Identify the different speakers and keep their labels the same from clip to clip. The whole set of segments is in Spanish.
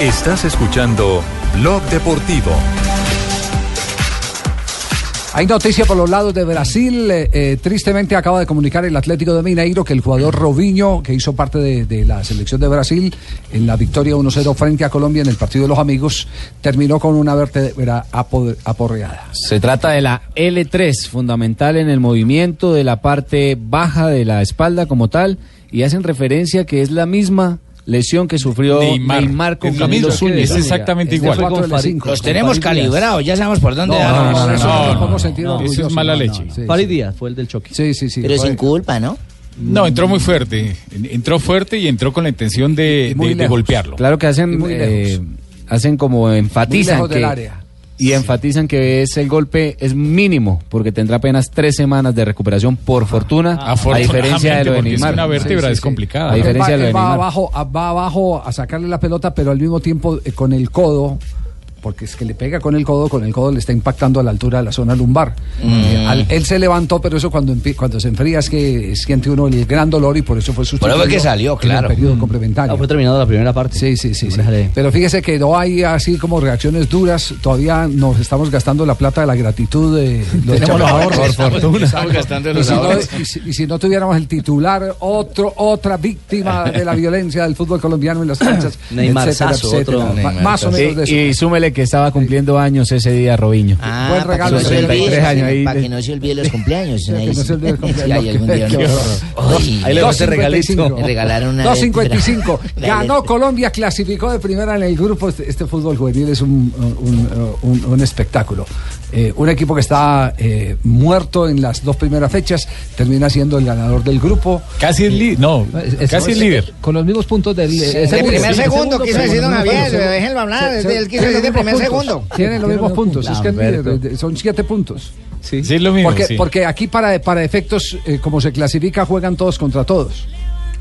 Speaker 1: Estás escuchando Blog Deportivo.
Speaker 2: Hay noticia por los lados de Brasil. eh, eh, tristemente acaba de comunicar el Atlético de Mineiro que el jugador Robinho, que hizo parte de, de la selección de Brasil en la victoria 1-0 frente a Colombia en el partido de los amigos, terminó con una vértebra apo- aporreada.
Speaker 3: Se trata de la L3, fundamental en el movimiento de la parte baja de la espalda como tal, y hacen referencia que es la misma lesión que sufrió Neymar,
Speaker 4: Neymar.
Speaker 3: con
Speaker 4: Es lo
Speaker 3: Camilo
Speaker 4: mismo,
Speaker 3: Zúñiga.
Speaker 4: es exactamente
Speaker 3: Este
Speaker 4: igual.
Speaker 3: fue con
Speaker 2: Cuatro de las
Speaker 3: Farid-
Speaker 2: cinco.
Speaker 5: Los tenemos
Speaker 2: Farid Díaz.
Speaker 5: calibrados, ya sabemos por dónde
Speaker 2: No,
Speaker 5: damos.
Speaker 2: no, no, no, no,
Speaker 4: no,
Speaker 2: no,
Speaker 4: no,
Speaker 2: podemos
Speaker 4: no,
Speaker 2: sentir
Speaker 4: no, eso es
Speaker 2: orgulloso,
Speaker 4: mala
Speaker 2: no, no,
Speaker 4: leche.
Speaker 2: sí,
Speaker 3: Farid
Speaker 2: sí.
Speaker 3: Díaz fue el del choque.
Speaker 2: Sí, sí, sí.
Speaker 5: Pero
Speaker 2: fue-
Speaker 5: sin culpa, ¿no?
Speaker 4: No, entró muy fuerte. En- Entró fuerte y entró con la intención de,
Speaker 2: Y muy
Speaker 4: de- de
Speaker 2: lejos.
Speaker 4: golpearlo.
Speaker 3: Claro que
Speaker 2: Y
Speaker 3: hacen,
Speaker 2: muy
Speaker 3: eh,
Speaker 2: lejos.
Speaker 3: hacen como enfatizan
Speaker 2: lejos
Speaker 3: que
Speaker 2: del área.
Speaker 3: y enfatizan que es el golpe es mínimo porque tendrá apenas tres semanas de recuperación por fortuna a
Speaker 4: Afortunadamente,
Speaker 3: diferencia de lo de
Speaker 4: porque es que
Speaker 3: Neymar.
Speaker 4: una vértebra
Speaker 2: Sí, sí,
Speaker 4: es
Speaker 2: sí.
Speaker 4: complicada.
Speaker 3: Ahí
Speaker 4: ¿no?
Speaker 2: Él
Speaker 3: diferencia
Speaker 2: va,
Speaker 3: de lo de
Speaker 2: él va
Speaker 3: Neymar.
Speaker 2: abajo, a- va abajo a sacarle la pelota, pero al mismo tiempo eh, con el codo, porque es que le pega con el codo, con el codo le está impactando a la altura de la zona lumbar.
Speaker 5: Mm.
Speaker 2: Eh,
Speaker 6: Mm.
Speaker 2: al- él se levantó, pero eso cuando, empie- cuando se enfría es que siente uno el gran dolor y por eso fue sustituido.
Speaker 5: fue que salió,
Speaker 2: en
Speaker 5: claro. Mm. Ah,
Speaker 2: el periodo complementario.
Speaker 3: terminado la primera parte.
Speaker 2: Sí, sí, sí, sí.
Speaker 3: Hombre,
Speaker 2: Pero fíjese que no hay así como reacciones duras. Todavía nos estamos gastando la plata de la gratitud de los trabajadores.
Speaker 5: Estamos gastando
Speaker 2: Y
Speaker 5: los
Speaker 2: si, no,
Speaker 5: ahorros.
Speaker 2: y si- y si no tuviéramos el titular, otro, otra víctima de la violencia del fútbol colombiano en las canchas.
Speaker 7: Neymar
Speaker 2: etcétera,
Speaker 7: Sazo,
Speaker 2: etcétera.
Speaker 7: otro
Speaker 2: Ma-
Speaker 5: Neymar
Speaker 2: Más o
Speaker 5: Sazo.
Speaker 2: menos de eso.
Speaker 3: Y, y súmele que estaba cumpliendo años ese día Robinho.
Speaker 5: Ah,
Speaker 2: Buen regalo,
Speaker 5: Para que, no se
Speaker 3: 63
Speaker 5: olvide,
Speaker 3: años ahí.
Speaker 5: para que no se olvide los cumpleaños.
Speaker 2: Para que no se olvide los
Speaker 5: Sí, hay algún día,
Speaker 2: cumpleaños.
Speaker 5: ¿no? Ay,
Speaker 7: Ahí le va ese regalito.
Speaker 5: me regalaron una
Speaker 2: 2.55.
Speaker 5: letra.
Speaker 2: Ganó
Speaker 5: La letra.
Speaker 2: Colombia, clasificó de primera en el grupo. Este, este fútbol juvenil es un, un- un- un espectáculo. Eh, un equipo que está eh, muerto en las dos primeras fechas termina siendo el ganador del grupo.
Speaker 4: Casi es líder. No, casi es líder.
Speaker 3: Con los mismos puntos del
Speaker 5: De primer
Speaker 2: eh, Sí,
Speaker 5: segundo, quiso decir don
Speaker 2: segundo,
Speaker 5: Javier,
Speaker 2: segundo.
Speaker 5: déjenlo hablar,
Speaker 2: Se-
Speaker 5: es
Speaker 2: se-
Speaker 5: de- él quiso
Speaker 2: tienen
Speaker 5: decir de
Speaker 2: los
Speaker 5: primer
Speaker 2: mismos
Speaker 5: segundo.
Speaker 2: puntos. Tienen los mismos puntos. Es que es
Speaker 3: Lamberto.
Speaker 2: líder, eh, son siete puntos.
Speaker 4: Sí, es lo mismo.
Speaker 2: Porque,
Speaker 4: sí.
Speaker 2: porque aquí para, para efectos, eh, como se clasifica, juegan todos contra todos.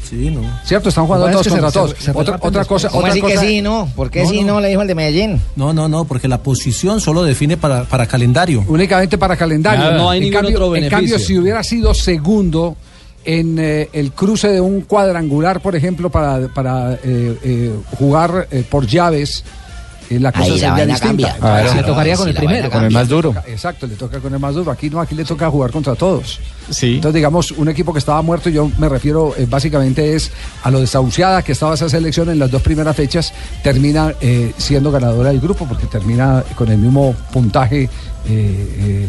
Speaker 7: Sí, no.
Speaker 2: ¿Cierto? Están jugando
Speaker 7: Lo
Speaker 2: todos
Speaker 7: que pasa
Speaker 2: contra
Speaker 7: es que se-
Speaker 2: todos.
Speaker 7: se- se
Speaker 2: otra,
Speaker 7: reparten
Speaker 2: otra
Speaker 7: los
Speaker 2: cosa,
Speaker 5: ¿Cómo
Speaker 2: otra
Speaker 5: así que
Speaker 2: cosa
Speaker 5: sí, no? ¿Por qué
Speaker 7: No,
Speaker 5: sí,
Speaker 7: no.
Speaker 5: no? Le dijo el de Medellín.
Speaker 7: No, no, no, porque la posición solo define para, para calendario.
Speaker 2: únicamente para calendario.
Speaker 4: Nada. No
Speaker 7: hay
Speaker 2: en
Speaker 7: ningún
Speaker 2: cambio,
Speaker 7: otro
Speaker 2: en
Speaker 7: beneficio.
Speaker 2: cambio, si hubiera sido segundo en eh, el cruce de un cuadrangular, por ejemplo, para, para eh, eh, jugar eh, por llaves, eh, la cosa
Speaker 5: Ahí la
Speaker 2: sería
Speaker 5: vaina
Speaker 2: distinta.
Speaker 5: cambia.
Speaker 2: Ah,
Speaker 5: Claro, sí, la vaina
Speaker 3: con el
Speaker 5: cambia.
Speaker 3: más duro.
Speaker 2: Exacto, le toca con el más duro. Aquí no, aquí le toca jugar contra todos.
Speaker 4: Sí.
Speaker 2: Entonces, digamos, un equipo que estaba muerto, yo me refiero eh, básicamente es a lo desahuciada que estaba esa selección en las dos primeras fechas, termina eh, siendo ganadora del grupo porque termina con el mismo puntaje eh, eh,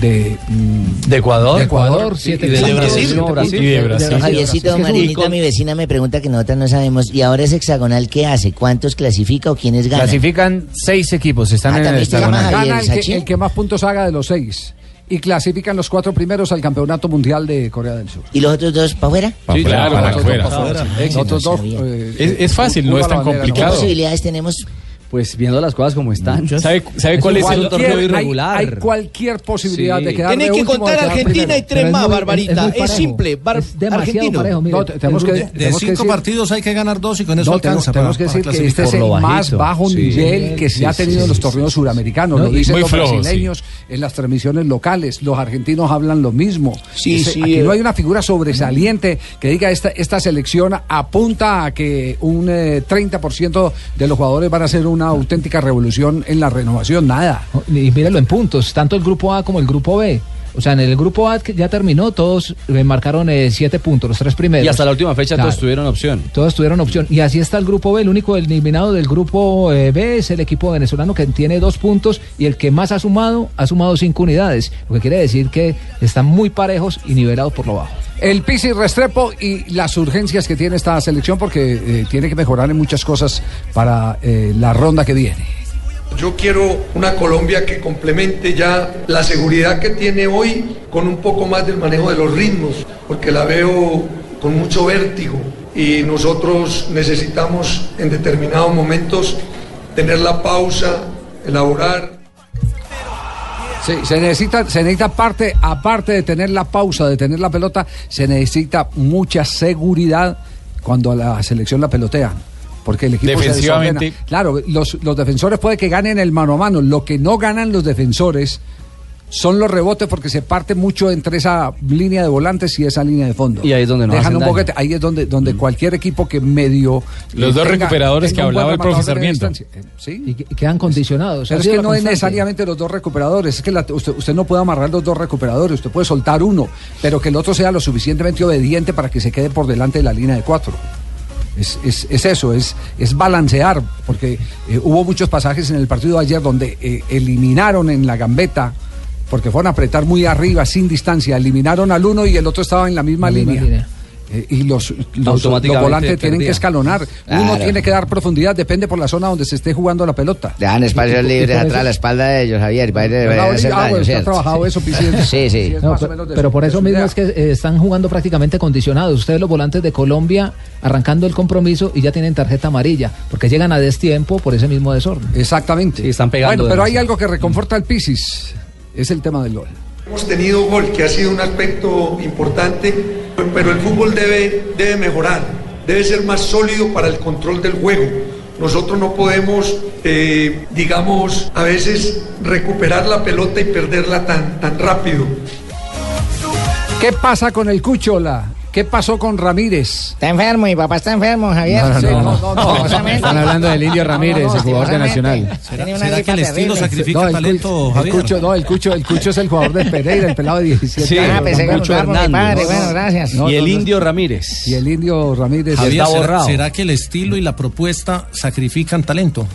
Speaker 2: de, mm,
Speaker 7: De Ecuador.
Speaker 2: de Ecuador. siete
Speaker 7: y de
Speaker 2: puntos,
Speaker 7: Brasil.
Speaker 2: siete puntos.
Speaker 4: Y de Brasil.
Speaker 5: Don Javiercito,
Speaker 2: Es que es
Speaker 5: Marinita,
Speaker 2: único.
Speaker 5: mi vecina me pregunta que nosotros no sabemos. ¿Y ahora es hexagonal qué hace? ¿Cuántos clasifica o quiénes ganan?
Speaker 3: Clasifican seis equipos, están
Speaker 5: Ah,
Speaker 3: en el
Speaker 5: también se llama
Speaker 3: hexagonal.
Speaker 5: Javier
Speaker 2: Gana el que,
Speaker 5: Sachin.
Speaker 2: el que más puntos haga de los seis y clasifican los cuatro primeros al Campeonato Mundial de Corea del Sur.
Speaker 5: ¿Y los otros dos para afuera?
Speaker 4: Para
Speaker 7: Sí,
Speaker 4: afuera,
Speaker 7: claro,
Speaker 4: para
Speaker 7: para
Speaker 4: afuera.
Speaker 7: todo, para afuera.
Speaker 2: Los otros dos,
Speaker 5: sabía.
Speaker 2: eh,
Speaker 4: Es- es fácil,
Speaker 2: un-
Speaker 4: no es
Speaker 2: una
Speaker 4: tan
Speaker 2: bandera, ¿no?
Speaker 5: ¿Qué
Speaker 4: Claro.
Speaker 5: posibilidades tenemos?
Speaker 3: Pues viendo las cosas como están.
Speaker 4: ¿Sabe, sabe
Speaker 3: Es
Speaker 4: cuál es
Speaker 3: igual,
Speaker 4: el
Speaker 3: otro
Speaker 2: Cualquier-
Speaker 3: torneo
Speaker 2: hay-
Speaker 3: irregular.
Speaker 2: Hay, cualquier posibilidad
Speaker 3: Sí.
Speaker 2: de quedar
Speaker 8: Tenéis
Speaker 2: de
Speaker 8: que
Speaker 2: último, de
Speaker 8: contar
Speaker 2: quedar
Speaker 8: Argentina y
Speaker 2: primero.
Speaker 8: tres más, Barbarita. Es,
Speaker 3: parejo.
Speaker 8: simple. Bar- argentino.
Speaker 2: No, te- tenemos que,
Speaker 7: De, de
Speaker 2: tenemos que
Speaker 7: cinco
Speaker 2: decir-
Speaker 7: partidos hay que ganar dos y con eso
Speaker 2: no, tenemos,
Speaker 7: alcanza.
Speaker 2: tenemos que
Speaker 7: para-
Speaker 2: decir
Speaker 7: para
Speaker 2: que este
Speaker 7: clasificar.
Speaker 2: es el
Speaker 3: Por lo
Speaker 2: más
Speaker 3: bajito.
Speaker 2: bajo
Speaker 3: Sí.
Speaker 2: nivel que se
Speaker 3: Sí,
Speaker 2: ha
Speaker 3: sí,
Speaker 2: tenido en
Speaker 3: sí,
Speaker 2: los
Speaker 3: sí,
Speaker 2: torneos suramericanos.
Speaker 4: No,
Speaker 2: lo
Speaker 4: y
Speaker 2: dicen
Speaker 4: muy
Speaker 2: los
Speaker 4: flojo, sí.
Speaker 2: brasileños en las transmisiones locales. Los argentinos hablan lo mismo.
Speaker 8: Sí,
Speaker 2: Ese-
Speaker 8: sí,
Speaker 2: aquí
Speaker 8: eh.
Speaker 2: no hay una figura sobresaliente que diga esta, esta selección apunta a que un eh, 30% de los jugadores van a hacer una auténtica revolución en la renovación. Nada.
Speaker 8: pues,
Speaker 3: Y míralo en puntos, tanto el grupo A como el grupo B.
Speaker 8: O sea, en el grupo A que ya terminó, todos eh, marcaron eh, siete puntos, los tres primeros.
Speaker 9: Y hasta la última fecha
Speaker 8: Claro.
Speaker 9: todos tuvieron opción.
Speaker 8: Todos tuvieron opción. Y así está el grupo B. El único eliminado del grupo eh, B es el equipo venezolano que tiene dos puntos y el que más ha sumado, ha sumado cinco unidades. Lo que quiere decir que están muy parejos y nivelados por lo bajo.
Speaker 2: El Pisi Restrepo y las urgencias que tiene esta selección porque eh, tiene que mejorar en muchas cosas para eh, la ronda que viene.
Speaker 10: Yo quiero una Colombia que complemente ya la seguridad que tiene hoy con un poco más del manejo de los ritmos, porque la veo con mucho vértigo y nosotros necesitamos en determinados momentos tener la pausa, elaborar.
Speaker 2: Sí, se necesita, se necesita parte, aparte de tener la pausa, de tener la pelota, se necesita mucha seguridad cuando a la selección la pelotean. Porque el equipo se
Speaker 4: Defensivamente.
Speaker 2: desordena. Claro, los, los defensores puede que ganen el mano a mano. Lo que no ganan los defensores son los rebotes porque se parte mucho entre esa línea de volantes y esa línea de fondo.
Speaker 9: Y ahí es donde nos
Speaker 2: Dejan
Speaker 9: hacen
Speaker 2: un
Speaker 9: daño. Mm.
Speaker 2: boquete. Ahí es donde, donde cualquier equipo que medio.
Speaker 4: Los
Speaker 2: eh,
Speaker 4: dos recuperadores que
Speaker 2: un buen
Speaker 4: hablaba el
Speaker 2: rematador
Speaker 4: profesor
Speaker 2: en
Speaker 4: Miento.
Speaker 2: distancia. Eh, Sí.
Speaker 8: Y que- quedan condicionados.
Speaker 2: Pero
Speaker 8: Ha
Speaker 2: es
Speaker 8: sido
Speaker 2: que
Speaker 8: la
Speaker 2: no es
Speaker 8: constante.
Speaker 2: necesariamente los dos recuperadores, es que la- usted, usted no puede amarrar los dos recuperadores, usted puede soltar uno, pero que el otro sea lo suficientemente obediente para que se quede por delante de la línea de cuatro. Es, es- es eso, es, es balancear, porque eh, hubo muchos pasajes en el partido de ayer donde eh, eliminaron en la gambeta, porque fueron a apretar muy arriba, sin distancia, eliminaron al uno y el otro estaba en la misma,
Speaker 8: La misma
Speaker 2: línea.
Speaker 8: línea.
Speaker 2: Eh, y los, los, los
Speaker 9: Automáticamente
Speaker 2: volantes tienen
Speaker 9: perdía.
Speaker 2: que escalonar, uno
Speaker 1: Claro.
Speaker 2: tiene que dar profundidad, depende por la zona donde se esté jugando la pelota.
Speaker 1: Dejan
Speaker 8: Y- y-
Speaker 1: espacios
Speaker 8: y
Speaker 1: libres
Speaker 8: por
Speaker 1: atrás
Speaker 8: eso-
Speaker 1: a la espalda de ellos, Javier. Para ir
Speaker 2: Pero
Speaker 1: a hacer
Speaker 2: ahorita- ah,
Speaker 1: daño,
Speaker 2: bueno, usted ha
Speaker 1: ¿cierto?
Speaker 2: trabajado eso, Pizzi.
Speaker 1: Sí, sí.
Speaker 2: es
Speaker 8: No,
Speaker 2: más o
Speaker 8: pero,
Speaker 2: menos de
Speaker 8: pero
Speaker 2: su-
Speaker 8: por
Speaker 2: de
Speaker 8: eso
Speaker 2: su
Speaker 8: mismo
Speaker 2: idea.
Speaker 8: es que eh, están jugando prácticamente condicionados. Ustedes los volantes de Colombia arrancando el compromiso y ya tienen tarjeta amarilla, porque llegan a destiempo por ese mismo desorden.
Speaker 2: Exactamente.
Speaker 9: Sí, están pegando
Speaker 2: Bueno, pero hay
Speaker 9: demasiado.
Speaker 2: algo que reconforta al Pisis. Es el tema del gol.
Speaker 10: Hemos tenido gol, que ha sido un aspecto importante, pero el fútbol debe, debe mejorar, debe ser más sólido para el control del juego. Nosotros no podemos, eh, digamos, a veces recuperar la pelota y perderla tan, tan rápido.
Speaker 2: ¿Qué pasa con el Cuchola? ¿Qué pasó con Ramírez?
Speaker 1: Está enfermo, mi papá está enfermo, Javier.
Speaker 3: No, no,
Speaker 2: Sí,
Speaker 3: no,
Speaker 2: no, no, no,
Speaker 1: Lastimosamente.
Speaker 3: Están hablando del Indio Ramírez, el jugador de Nacional.
Speaker 1: Tiene una
Speaker 7: ¿Será que
Speaker 1: gripa
Speaker 7: el destino
Speaker 1: terrible.
Speaker 7: sacrifica
Speaker 2: el,
Speaker 7: talento,
Speaker 2: Cucho, el
Speaker 7: Javier?
Speaker 2: Cucho, no, el Cucho, el Cucho es el jugador de Pereira, el pelado de 17
Speaker 9: Sí,
Speaker 1: Ah,
Speaker 2: años.
Speaker 1: pensé que
Speaker 9: Mucho
Speaker 1: era mi padre.
Speaker 9: Hernández.
Speaker 1: Bueno, gracias.
Speaker 2: No,
Speaker 9: y
Speaker 2: no,
Speaker 9: el
Speaker 2: no.
Speaker 9: Indio Ramírez.
Speaker 2: Y el indio Ramírez.
Speaker 9: Javier,
Speaker 7: Javier,
Speaker 9: está
Speaker 7: ¿será,
Speaker 9: borrado.
Speaker 7: será que el estilo y la propuesta sacrifican talento?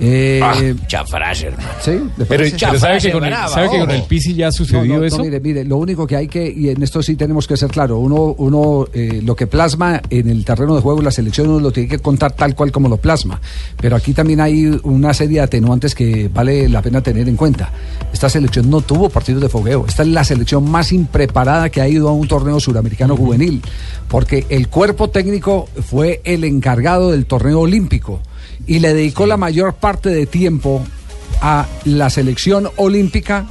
Speaker 2: Eh,
Speaker 1: Mucha frase, hermano.
Speaker 2: sí, ¿le
Speaker 4: Pero,
Speaker 2: parece?
Speaker 4: pero ¿sabe que con el,
Speaker 1: brava,
Speaker 4: sabe que con
Speaker 1: ojo.
Speaker 4: el Pisi ya
Speaker 2: No,
Speaker 4: sucedió
Speaker 2: no, no,
Speaker 4: eso?
Speaker 2: mire, mire, lo único que hay que, y en esto sí tenemos que ser claro, uno, uno eh, lo que plasma en el terreno de juego la selección uno lo tiene que contar tal cual como lo plasma. Pero aquí también hay una serie de atenuantes que vale la pena tener en cuenta. Esta selección no tuvo partidos de fogueo. Esta es la selección más impreparada que ha ido a un torneo suramericano juvenil, porque el cuerpo técnico fue el encargado del torneo olímpico y le dedicó la mayor parte de tiempo a la selección olímpica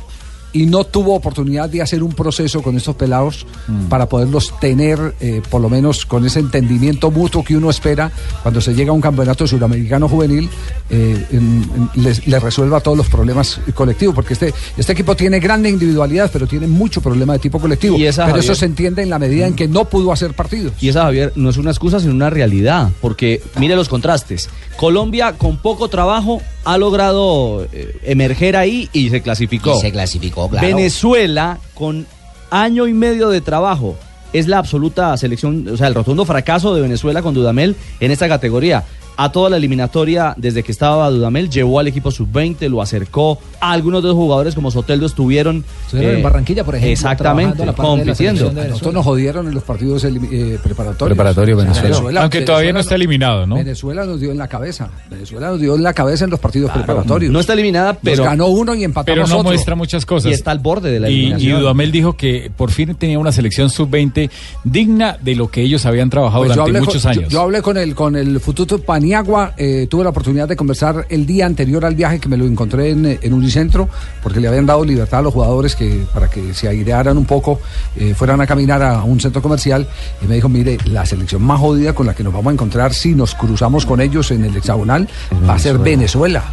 Speaker 2: y no tuvo oportunidad de hacer un proceso con estos pelados para poderlos tener, eh, por lo menos con ese entendimiento mutuo que uno espera cuando se llega a un campeonato suramericano juvenil, eh, en- en- les- le resuelva todos los problemas colectivos, porque este, este equipo tiene grande individualidad, pero tiene mucho problema de tipo colectivo.
Speaker 9: Y esa,
Speaker 2: pero eso
Speaker 9: Javier. Eh,
Speaker 2: se entiende en la medida en que no pudo hacer partidos.
Speaker 9: Y esa, Javier, no es una excusa, sino una realidad, porque mire los contrastes. Colombia, con poco trabajo, ha logrado eh, emerger ahí y se clasificó.
Speaker 1: Y se clasificó, claro.
Speaker 9: Venezuela, con año y medio de trabajo, es la absoluta selección, o sea, el rotundo fracaso de Venezuela con Dudamel en esta categoría. A toda la eliminatoria, desde que estaba Dudamel, llevó al equipo sub-20, lo acercó. Algunos de los jugadores, como Soteldo, estuvieron. eh,
Speaker 8: Estuvieron en Barranquilla, por ejemplo,
Speaker 9: Exactamente,
Speaker 8: trabajando a la parte de la
Speaker 9: compitiendo.
Speaker 8: selección de
Speaker 2: A nosotros nos jodieron en los partidos elim- eh, preparatorios.
Speaker 3: Preparatorio, Venezuela.
Speaker 4: Aunque todavía no está eliminado, ¿no?
Speaker 2: Venezuela nos dio en la cabeza. Venezuela nos dio en la cabeza en los partidos preparatorios.
Speaker 9: No está eliminada,
Speaker 2: Nos
Speaker 9: pero.
Speaker 2: ganó uno y
Speaker 4: Pero
Speaker 2: empatamos
Speaker 4: no
Speaker 2: otro.
Speaker 4: muestra muchas cosas.
Speaker 9: Y está al borde de la
Speaker 4: Y- Y,
Speaker 9: eliminación.
Speaker 4: Dudamel dijo que por fin tenía una selección sub-20 digna de lo que ellos habían trabajado
Speaker 2: Pues yo
Speaker 4: durante
Speaker 2: hablé
Speaker 4: muchos
Speaker 2: con, yo-
Speaker 4: años.
Speaker 2: Yo, hablé con el con el Fututo Paniagua, eh, tuve la oportunidad de conversar el día anterior al viaje que me lo encontré en, eh, en Unicentro, porque le habían dado libertad a los jugadores que para que se airearan un poco, eh, fueran a caminar a un centro comercial, y me dijo, mire, la selección más jodida con la que nos vamos a encontrar si nos cruzamos con ellos en el hexagonal va a ser Venezuela.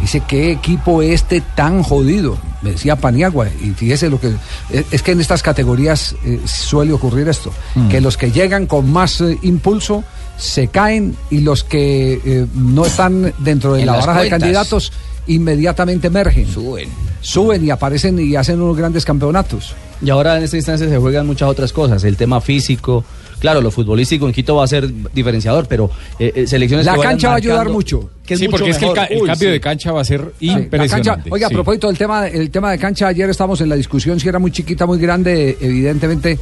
Speaker 2: Dice, ¿qué equipo este tan jodido? Me decía Paniagua, y fíjese lo que... e, Es, es que en estas categorías eh, suele ocurrir esto,
Speaker 1: Mm.
Speaker 2: que los que llegan con más eh, impulso se caen y los que eh, no están dentro de
Speaker 1: En
Speaker 2: la
Speaker 1: las
Speaker 2: baraja de
Speaker 1: cuentas.
Speaker 2: candidatos inmediatamente emergen.
Speaker 1: Suben.
Speaker 2: Suben y aparecen y hacen unos grandes campeonatos.
Speaker 9: Y ahora en esta instancia se juegan muchas otras cosas, el tema físico. Claro, lo futbolístico en Quito va a ser diferenciador, pero eh, eh, selecciones
Speaker 2: La
Speaker 9: que vayan
Speaker 2: cancha va a ayudar
Speaker 9: marcando-
Speaker 2: mucho.
Speaker 9: que es
Speaker 4: sí,
Speaker 9: mucho
Speaker 4: porque es que el,
Speaker 9: mejor.
Speaker 4: ca- el
Speaker 9: Uy,
Speaker 4: cambio
Speaker 9: sí.
Speaker 4: de cancha va a ser
Speaker 2: La
Speaker 4: impresionante.
Speaker 2: cancha- oiga,
Speaker 4: sí.
Speaker 2: a propósito del tema, el tema de cancha, ayer estábamos en la discusión si era muy chiquita, muy grande, evidentemente,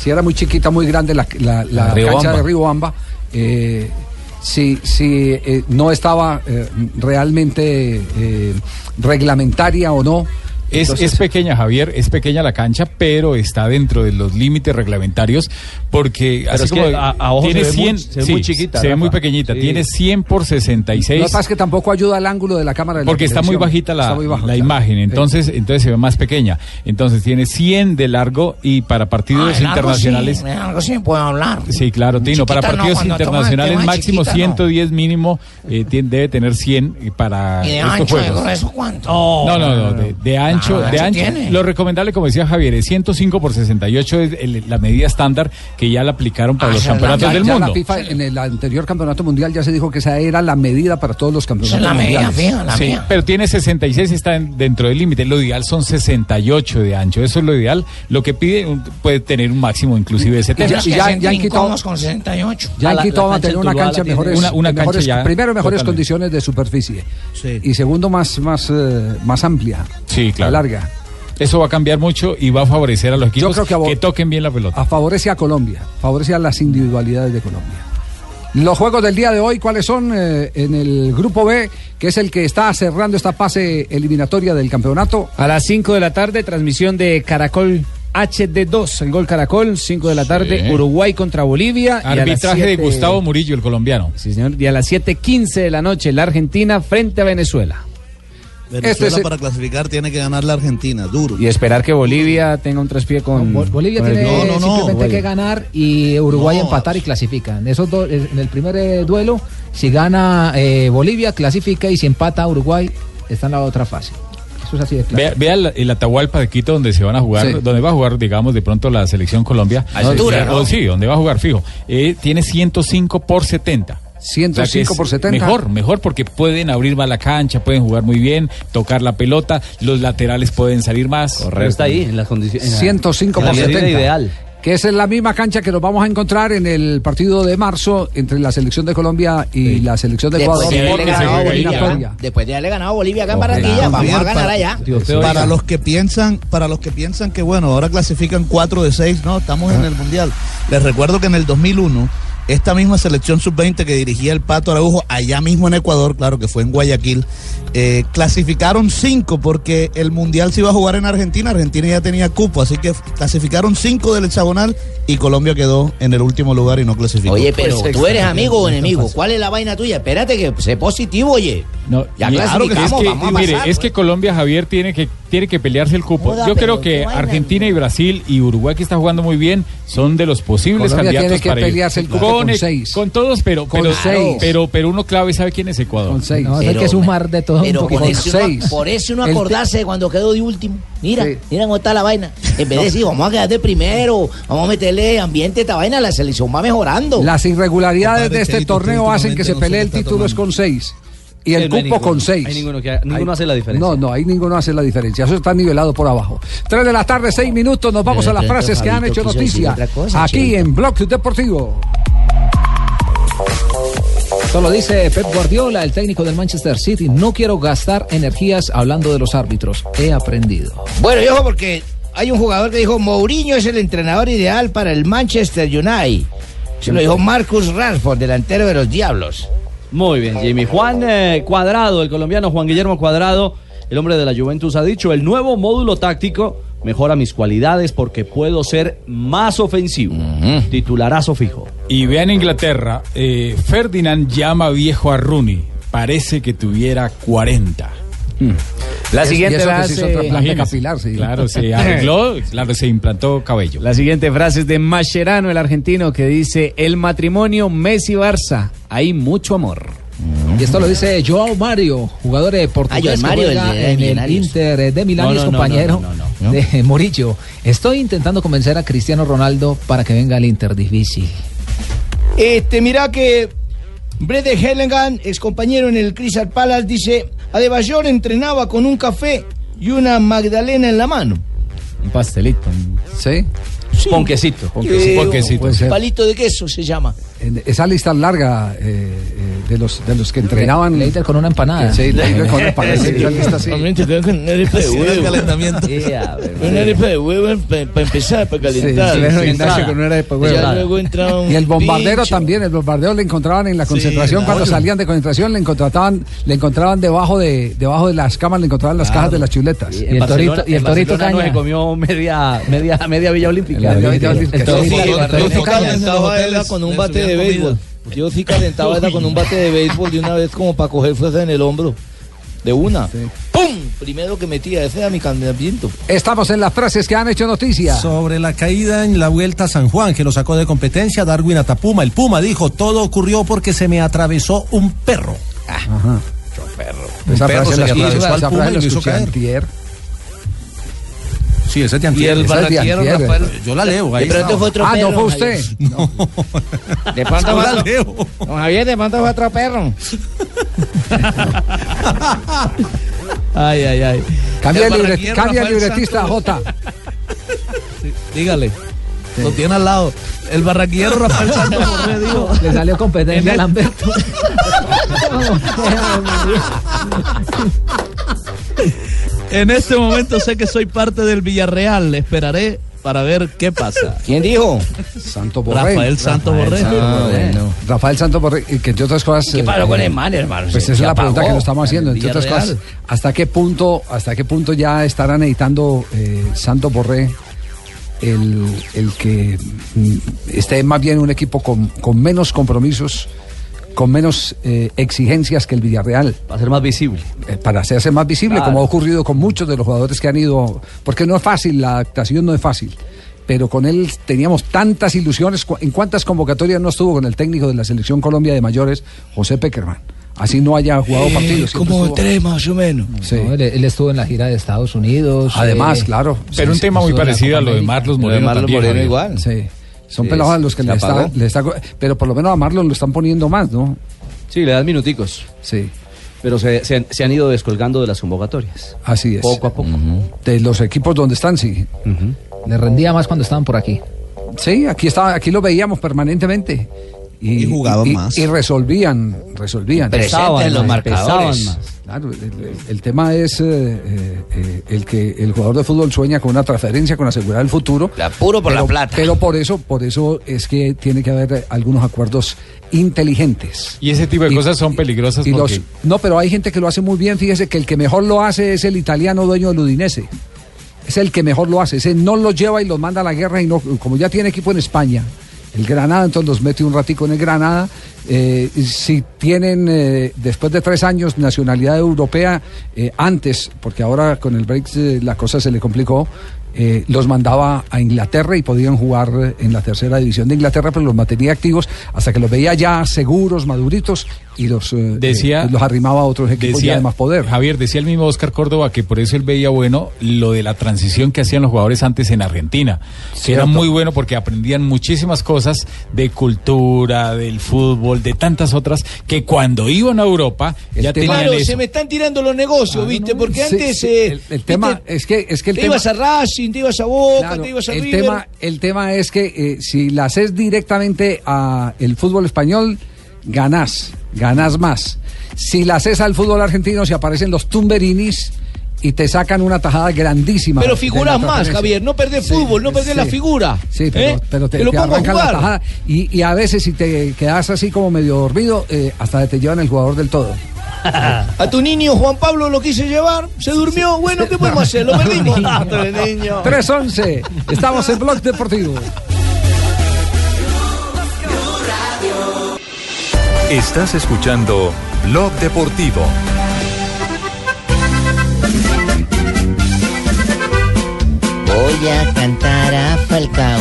Speaker 2: si era muy chiquita, muy grande la, la- la
Speaker 3: La Riobamba.
Speaker 2: cancha de Riobamba, eh, si, si eh, no estaba eh, realmente eh, reglamentaria o no.
Speaker 4: Es,
Speaker 2: Entonces,
Speaker 4: es pequeña, Javier, es pequeña la cancha, pero está dentro de los límites reglamentarios porque
Speaker 9: Pero es que a- a ojo se ve muy- se ve muy chiquita,
Speaker 4: se ve
Speaker 9: Rafa.
Speaker 4: muy pequeñita,
Speaker 9: Sí.
Speaker 4: tiene 100 por
Speaker 2: Lo
Speaker 4: 66.
Speaker 2: que pasa es que tampoco ayuda el ángulo de la cámara. De la
Speaker 4: Porque está muy
Speaker 2: televisión.
Speaker 4: bajita la,
Speaker 2: Está muy bajo,
Speaker 4: la
Speaker 2: claro.
Speaker 4: imagen, entonces entonces se ve más pequeña. Entonces tiene 100 de largo y para partidos
Speaker 11: Ah, de largo
Speaker 4: internacionales.
Speaker 11: sí, de largo sí puedo hablar.
Speaker 4: Sí, claro, Tino. Para
Speaker 11: Chiquita no,
Speaker 4: partidos
Speaker 11: cuando toma el
Speaker 4: internacionales
Speaker 11: tema de
Speaker 4: máximo
Speaker 11: chiquita, no.
Speaker 4: 110 mínimo eh, tien- debe tener 100 y para
Speaker 11: ¿Y de
Speaker 4: estos
Speaker 11: ancho, de
Speaker 4: juegos.
Speaker 11: grueso cuánto?
Speaker 4: No, no, no, de, de ancho,
Speaker 11: Ah,
Speaker 4: de
Speaker 11: sí
Speaker 4: ancho.
Speaker 11: tiene.
Speaker 4: Lo recomendable, como decía Javier, es 105 por 68 es el- la medida estándar que ya la aplicaron
Speaker 11: Ah,
Speaker 4: para los
Speaker 2: Ya-
Speaker 4: campeonatos
Speaker 2: ya-
Speaker 4: del
Speaker 2: ya
Speaker 4: mundo.
Speaker 2: La FIFA en el anterior campeonato mundial ya se dijo que esa era la medida para todos los campeonatos mundiales.
Speaker 4: Sí, Pero tiene 66 y está en- dentro del límite. Lo ideal son 68 de ancho. Eso es lo ideal. Lo que pide un- puede tener un máximo inclusive ese
Speaker 11: Y
Speaker 4: tema.
Speaker 11: ya, y ya, ya han quitado con 68.
Speaker 2: Ya en Quito van a tener una cancha en mejores,
Speaker 4: Una- una
Speaker 2: en mejores-
Speaker 4: cancha ya
Speaker 2: primero mejores
Speaker 4: totalmente.
Speaker 2: condiciones de superficie y segundo más más eh, más amplia,
Speaker 4: Sí, claro.
Speaker 2: larga.
Speaker 4: Eso va a cambiar mucho y va a favorecer a los equipos
Speaker 2: creo que a
Speaker 4: que,
Speaker 2: vos-
Speaker 4: toquen bien la pelota.
Speaker 2: A- favorece a Colombia, favorece a las individualidades de Colombia. Los juegos del día de hoy, ¿cuáles son? Eh, en el grupo B, que es el que está cerrando esta fase eliminatoria del campeonato.
Speaker 3: A las 5 de la tarde, transmisión de Caracol HD2, en Gol Caracol, 5 de la tarde, Uruguay contra Bolivia. y a las
Speaker 4: Arbitraje de
Speaker 3: siete-
Speaker 4: Gustavo Murillo, el colombiano.
Speaker 3: Sí, señor. Y a las 7.15 de la noche, la Argentina frente a Venezuela.
Speaker 12: Venezuela
Speaker 3: Este es el-
Speaker 12: para clasificar tiene que ganar la Argentina, duro.
Speaker 3: Y esperar que Bolivia tenga un traspié con.
Speaker 8: Bolivia
Speaker 3: con el
Speaker 8: tiene
Speaker 3: grupo.
Speaker 8: simplemente que ganar y Uruguay
Speaker 3: No,
Speaker 8: empatar y clasifica. En, esos dos- en el primer eh, duelo, si gana eh, Bolivia, clasifica y si empata Uruguay, está en la otra fase. Eso es así de claro.
Speaker 4: Vea, vea el, el Atahualpa de Quito donde se van a jugar,
Speaker 8: Sí.
Speaker 4: donde va a jugar, digamos, de pronto la selección Colombia.
Speaker 8: A esa altura,
Speaker 4: O sea,
Speaker 8: ¿no?
Speaker 4: o sí, donde va a jugar fijo. Eh, tiene 105 por 70.
Speaker 2: 105
Speaker 4: que es
Speaker 2: por 70.
Speaker 4: Mejor, mejor porque pueden abrir más la cancha, pueden jugar muy bien, tocar la pelota, los laterales pueden salir más.
Speaker 9: Correcto. Está ahí, en las condiciones.
Speaker 2: 105
Speaker 9: La
Speaker 2: por
Speaker 9: medida
Speaker 2: 70.
Speaker 9: ideal.
Speaker 2: Que esa es la misma cancha que nos vamos a encontrar en el partido de marzo entre la selección de Colombia y la selección de Ecuador.
Speaker 12: Después de haberle ganado a Bolivia acá,
Speaker 2: Eliminatoria.
Speaker 12: después de haberle ganado a Bolivia acá en
Speaker 2: Ojalá.
Speaker 12: Barranquilla, vamos a
Speaker 2: Javier,
Speaker 12: ganar
Speaker 2: para-
Speaker 12: allá.
Speaker 2: Dios te oiga.
Speaker 12: Para los que piensan, para los que piensan que bueno, ahora clasifican 4 de 6, no, estamos
Speaker 2: Ah.
Speaker 12: en el mundial. Les recuerdo que en el 2001 esta misma selección sub-20 que dirigía el Pato Araujo, allá mismo en Ecuador, claro que fue en Guayaquil, eh, clasificaron 5 porque el Mundial se iba a jugar en Argentina, Argentina ya tenía cupo, así que clasificaron 5 del hexagonal y Colombia quedó en el último lugar y no clasificó.
Speaker 1: Oye, pero
Speaker 2: Pues,
Speaker 1: tú eres amigo o enemigo. ¿Cuál es la vaina tuya? Espérate que sé positivo, oye.
Speaker 4: No,
Speaker 1: Ya
Speaker 4: y-
Speaker 1: clasificamos,
Speaker 4: es que,
Speaker 1: vamos a
Speaker 4: mire,
Speaker 2: pues.
Speaker 1: pasar,
Speaker 4: es que Colombia, Javier, tiene que, tiene que pelearse el cupo.
Speaker 1: Joda,
Speaker 4: Yo
Speaker 1: pero
Speaker 4: creo que
Speaker 1: qué vaina,
Speaker 4: Argentina y Brasil y Uruguay, que está jugando muy bien, son de los posibles
Speaker 2: Colombia
Speaker 4: candidatos
Speaker 2: tiene que
Speaker 4: para ir.
Speaker 2: pelearse el cupo con
Speaker 4: e-
Speaker 2: seis.
Speaker 4: con todos, pero,
Speaker 2: Con
Speaker 4: pero,
Speaker 2: seis.
Speaker 4: pero, pero uno clave sabe quién es Ecuador. Con
Speaker 2: seis.
Speaker 8: No, hay que sumar de todo
Speaker 1: Pero
Speaker 8: un
Speaker 1: por
Speaker 8: poquito.
Speaker 1: eso, no, por eso no acordarse de cuando quedó de último. Mira, mira cómo está la vaina. En vez de decir, vamos a quedar de primero, vamos a meterle ambiente a esta vaina, la selección va mejorando.
Speaker 2: Las irregularidades
Speaker 1: Compadre,
Speaker 2: de este
Speaker 1: Cheito,
Speaker 2: torneo hacen que se pelee el título es con seis. Y el
Speaker 9: Sí, no hay
Speaker 2: cupo con
Speaker 9: ninguno.
Speaker 2: seis.
Speaker 9: Hay ninguno que ha- ninguno hace la diferencia.
Speaker 2: No, no, ahí ninguno hace la diferencia. Eso está nivelado por abajo. Tres de la tarde, seis minutos. Nos vamos
Speaker 13: Pero
Speaker 2: a las
Speaker 13: de pronto
Speaker 2: frases que han
Speaker 13: Fabito
Speaker 2: hecho
Speaker 13: quiso decir
Speaker 2: noticia.
Speaker 13: otra cosa,
Speaker 2: Aquí
Speaker 13: Cheito.
Speaker 2: en Blog Deportivo.
Speaker 8: Esto lo dice Pep Guardiola, el técnico del Manchester City. No quiero gastar energías hablando de los árbitros. He aprendido.
Speaker 1: Bueno, y ojo, porque hay un jugador que dijo: Mourinho es el entrenador ideal para el Manchester United. Se lo dijo Marcus Rashford, delantero de los Diablos.
Speaker 9: Muy bien, Jimmy. Juan eh, Cuadrado, el colombiano Juan Guillermo Cuadrado, el hombre de la Juventus, ha dicho, el nuevo módulo táctico mejora mis cualidades porque puedo ser más ofensivo. Titularazo fijo.
Speaker 4: Y vean Inglaterra, eh, Ferdinand llama viejo a Rooney. Parece que tuviera 40.
Speaker 2: Hmm.
Speaker 3: La siguiente frase.
Speaker 4: Imagínese. Claro, se arregló, claro, se implantó cabello.
Speaker 3: La siguiente frase es de Mascherano, el argentino, que dice: El matrimonio Messi-Barça, hay mucho amor.
Speaker 9: Mm.
Speaker 8: Y esto lo dice Joao Mario, jugador de
Speaker 3: Ah,
Speaker 8: portugués
Speaker 3: Joao Mario,
Speaker 8: que
Speaker 3: el
Speaker 8: juega
Speaker 3: de- de
Speaker 8: en el
Speaker 3: Millonarios.
Speaker 8: Inter eh, de Milán
Speaker 3: No,
Speaker 8: y es
Speaker 3: no, no,
Speaker 8: compañero
Speaker 3: no, no,
Speaker 8: de Murillo. Estoy intentando convencer a Cristiano Ronaldo para que venga al Inter, difícil.
Speaker 13: Este, mira que Brede Hellingham, ex compañero en el Crystal Palace, dice, Adebayor entrenaba con un café y una magdalena en la mano.
Speaker 3: Un pastelito.
Speaker 2: ¿Sí?
Speaker 3: Sí. Ponquecito.
Speaker 2: Ponquecito.
Speaker 5: Eh,
Speaker 2: Ponquecito. Puede ser.
Speaker 5: Palito de queso se llama.
Speaker 2: En esa lista larga eh, eh, de, los, de los que entrenaban. Leiter
Speaker 8: con una empanada.
Speaker 2: Sí, Leiter con una empanada. sí, esa lista sí.
Speaker 5: Realmente tengo que una arepa de
Speaker 2: Así era el
Speaker 5: huevo.
Speaker 2: calentamiento.
Speaker 5: Una arepa de huevo para empezar, para
Speaker 2: Sí,
Speaker 5: calentar.
Speaker 2: sí, sí.
Speaker 5: Ya luego entraba un
Speaker 2: y el bombardero
Speaker 5: pincho.
Speaker 2: también, el bombardero le encontraban en la
Speaker 5: Sí,
Speaker 2: concentración, cuando
Speaker 5: claro.
Speaker 2: salían de concentración le encontraban, le encontraban debajo de, debajo de las camas, le encontraban las cajas de las chuletas.
Speaker 9: En Barcelona- en Barcelona no se comió media, media, media Villa Olímpica.
Speaker 2: La Villa Olímpica.
Speaker 9: El
Speaker 5: Yo
Speaker 9: Torito
Speaker 5: sí
Speaker 9: Caña.
Speaker 5: yo sí calentaba
Speaker 9: hoteles,
Speaker 5: era con un
Speaker 9: le
Speaker 5: bate de
Speaker 9: subían
Speaker 5: béisbol. Yo sí calentaba era con un bate de béisbol de una vez como para coger fuerza en el hombro. De una. ¡Pum! Primero que metía, ese era mi calentamiento.
Speaker 2: Pues Estamos en las frases que han hecho noticia.
Speaker 7: Sobre la caída en la Vuelta a San Juan, que lo sacó de competencia Darwin Atapuma. El Puma dijo, todo ocurrió porque se me atravesó un perro.
Speaker 2: Ajá.
Speaker 7: Un
Speaker 2: Esa
Speaker 7: perro
Speaker 2: frase
Speaker 7: se
Speaker 2: la
Speaker 7: le
Speaker 2: escuché-
Speaker 7: atravesó al
Speaker 2: esa
Speaker 7: Puma
Speaker 2: frase
Speaker 7: y
Speaker 2: la
Speaker 7: lo hizo
Speaker 2: escuché
Speaker 7: caer.
Speaker 2: antier.
Speaker 7: Sí, ese es de antier.
Speaker 2: Y el
Speaker 7: Esa es de
Speaker 2: barranquillero,
Speaker 7: antier. eh.
Speaker 2: Rafael.
Speaker 7: Yo la leo.
Speaker 2: De
Speaker 7: Ahí
Speaker 5: este
Speaker 2: pronto
Speaker 7: estaba.
Speaker 2: fue otro Ah, ¿no perro, fue usted? Javier.
Speaker 5: De
Speaker 7: pronto fue otro-
Speaker 5: Don Javier, de pronto fue otro perro.
Speaker 9: Ay, ay, ay.
Speaker 2: Cambia el, libre- cambia el libretista, J.
Speaker 7: Dígale. Lo tiene al lado. El barraquillero Rafael Santos Borré dijo.
Speaker 8: Le salió
Speaker 12: e-
Speaker 8: competencia a Lamberto.
Speaker 12: En este momento sé que soy parte del Villarreal. Esperaré para ver qué pasa.
Speaker 5: ¿Quién dijo?
Speaker 2: Santo Borré.
Speaker 12: Rafael Santo Borré.
Speaker 2: Ah, bueno. Rafael Santo Borré, y que entre otras cosas. eh,
Speaker 12: ¿Qué pasó con el man,
Speaker 5: hermano?
Speaker 2: Pues
Speaker 12: Se-
Speaker 2: esa es
Speaker 12: se
Speaker 2: la pregunta
Speaker 12: apagó
Speaker 2: que nos estamos haciendo.
Speaker 12: en el
Speaker 2: Entre otras cosas,
Speaker 12: Villarreal.
Speaker 2: ¿hasta qué punto, hasta qué punto ya estarán editando eh, Santo Borré? El, el que mm, esté más bien un equipo con, con menos compromisos, con menos eh, exigencias que el Villarreal. Eh,
Speaker 9: Para ser más visible.
Speaker 2: para hacerse más visible,
Speaker 9: Claro.
Speaker 2: como ha ocurrido con muchos de los jugadores que han ido. Porque no es fácil, la adaptación no es fácil. Pero con él teníamos tantas ilusiones. Cu- ¿En cuántas convocatorias no estuvo con el técnico de la Selección Colombia de Mayores, José Peckerman? Así no haya jugado
Speaker 8: Eh,
Speaker 2: partidos. siempre
Speaker 8: como
Speaker 2: estuvo-
Speaker 8: tres
Speaker 5: más o menos.
Speaker 8: No, él, él estuvo en la gira de Estados Unidos.
Speaker 2: Además,
Speaker 8: eh,
Speaker 2: claro.
Speaker 4: Pero un tema muy
Speaker 8: estuvo en la
Speaker 4: parecido
Speaker 8: Copa
Speaker 4: a lo de
Speaker 8: América.
Speaker 4: Marlos Moreno. también, Javier.
Speaker 2: Sí. Son
Speaker 9: Sí,
Speaker 2: pelados a los que
Speaker 9: se
Speaker 2: le está,
Speaker 9: apagó.
Speaker 2: le está co- Pero por lo menos a Marlon lo están poniendo más, ¿no?
Speaker 9: Sí, le dan minuticos.
Speaker 2: Sí.
Speaker 9: Pero se, se han, se han ido descolgando de las convocatorias.
Speaker 2: Así es.
Speaker 9: Poco a poco.
Speaker 2: De los equipos donde están, sí.
Speaker 8: Le rendía más cuando estaban por aquí.
Speaker 2: Sí, aquí estaba, aquí lo veíamos permanentemente. Y, jugaban más. Y resolvían, resolvían.
Speaker 8: Pesaban Presentes los más, pesaban marcadores. más.
Speaker 2: Claro, el, el- el tema es eh, eh, eh, el que el jugador de fútbol sueña con una transferencia, con asegurar el futuro.
Speaker 5: puro por la
Speaker 2: pero,
Speaker 5: plata.
Speaker 2: Pero por eso, por eso es que tiene que haber eh, algunos acuerdos inteligentes.
Speaker 4: Y ese tipo de cosas son peligrosas
Speaker 2: Y
Speaker 4: porque
Speaker 2: los- no, pero hay gente que lo hace muy bien. Fíjese que el que mejor lo hace es el italiano dueño del Udinese. Es el que mejor lo hace. Ese no los lleva y los manda a la guerra. Y no, como ya tiene equipo en España, el Granada, entonces los mete un ratico en el Granada. Eh, y si tienen eh, después de tres años nacionalidad europea, eh, antes, porque ahora con el break eh, la cosa se le complicó. eh, los mandaba a Inglaterra y podían jugar eh, en la tercera división de Inglaterra, pero los mantenía activos hasta que los veía ya seguros, maduritos y los, eh,
Speaker 4: Decía-
Speaker 2: eh, los arrimaba a otros equipos y además poder.
Speaker 4: Javier, decía el mismo Oscar Córdoba que por eso él veía bueno lo de la transición que hacían los jugadores antes en Argentina. Que era
Speaker 2: Cierto.
Speaker 4: muy bueno porque aprendían muchísimas cosas de cultura, del fútbol, de tantas otras, que cuando iban a Europa ya tenían
Speaker 5: Claro,
Speaker 4: eso.
Speaker 5: se me están tirando los negocios, ¿viste? Porque
Speaker 2: Sí,
Speaker 5: antes.
Speaker 2: sí,
Speaker 5: eh,
Speaker 2: el, el tema es que es que el
Speaker 5: te
Speaker 2: tema
Speaker 5: ibas a Racing, te ibas a Boca,
Speaker 2: claro,
Speaker 5: te ibas a
Speaker 2: el
Speaker 5: River.
Speaker 2: tema el tema es que eh, si la haces directamente a el fútbol español ganás ganás más si la haces al fútbol argentino se aparecen los tumberinis y te sacan una tajada grandísima
Speaker 5: Pero
Speaker 2: de
Speaker 5: figuras
Speaker 2: la
Speaker 5: más,
Speaker 2: transferencia.
Speaker 5: Javier. No perdés fútbol, no perdés
Speaker 2: sí.
Speaker 5: la figura.
Speaker 2: Sí, pero,
Speaker 5: ¿eh?
Speaker 2: pero te,
Speaker 5: lo
Speaker 2: te
Speaker 5: pongo a
Speaker 2: arrancan la
Speaker 5: jugar.
Speaker 2: tajada. Y, y a veces si te quedas así como medio dormido, eh, hasta te llevan el jugador del todo.
Speaker 5: A tu niño Juan Pablo lo quise llevar, se durmió. Bueno, ¿qué podemos hacer? Lo perdimos. Pobre niño.
Speaker 2: 3-11, estamos en Blog Deportivo.
Speaker 14: Estás escuchando Blog Deportivo.
Speaker 13: Voy a cantar a Falcao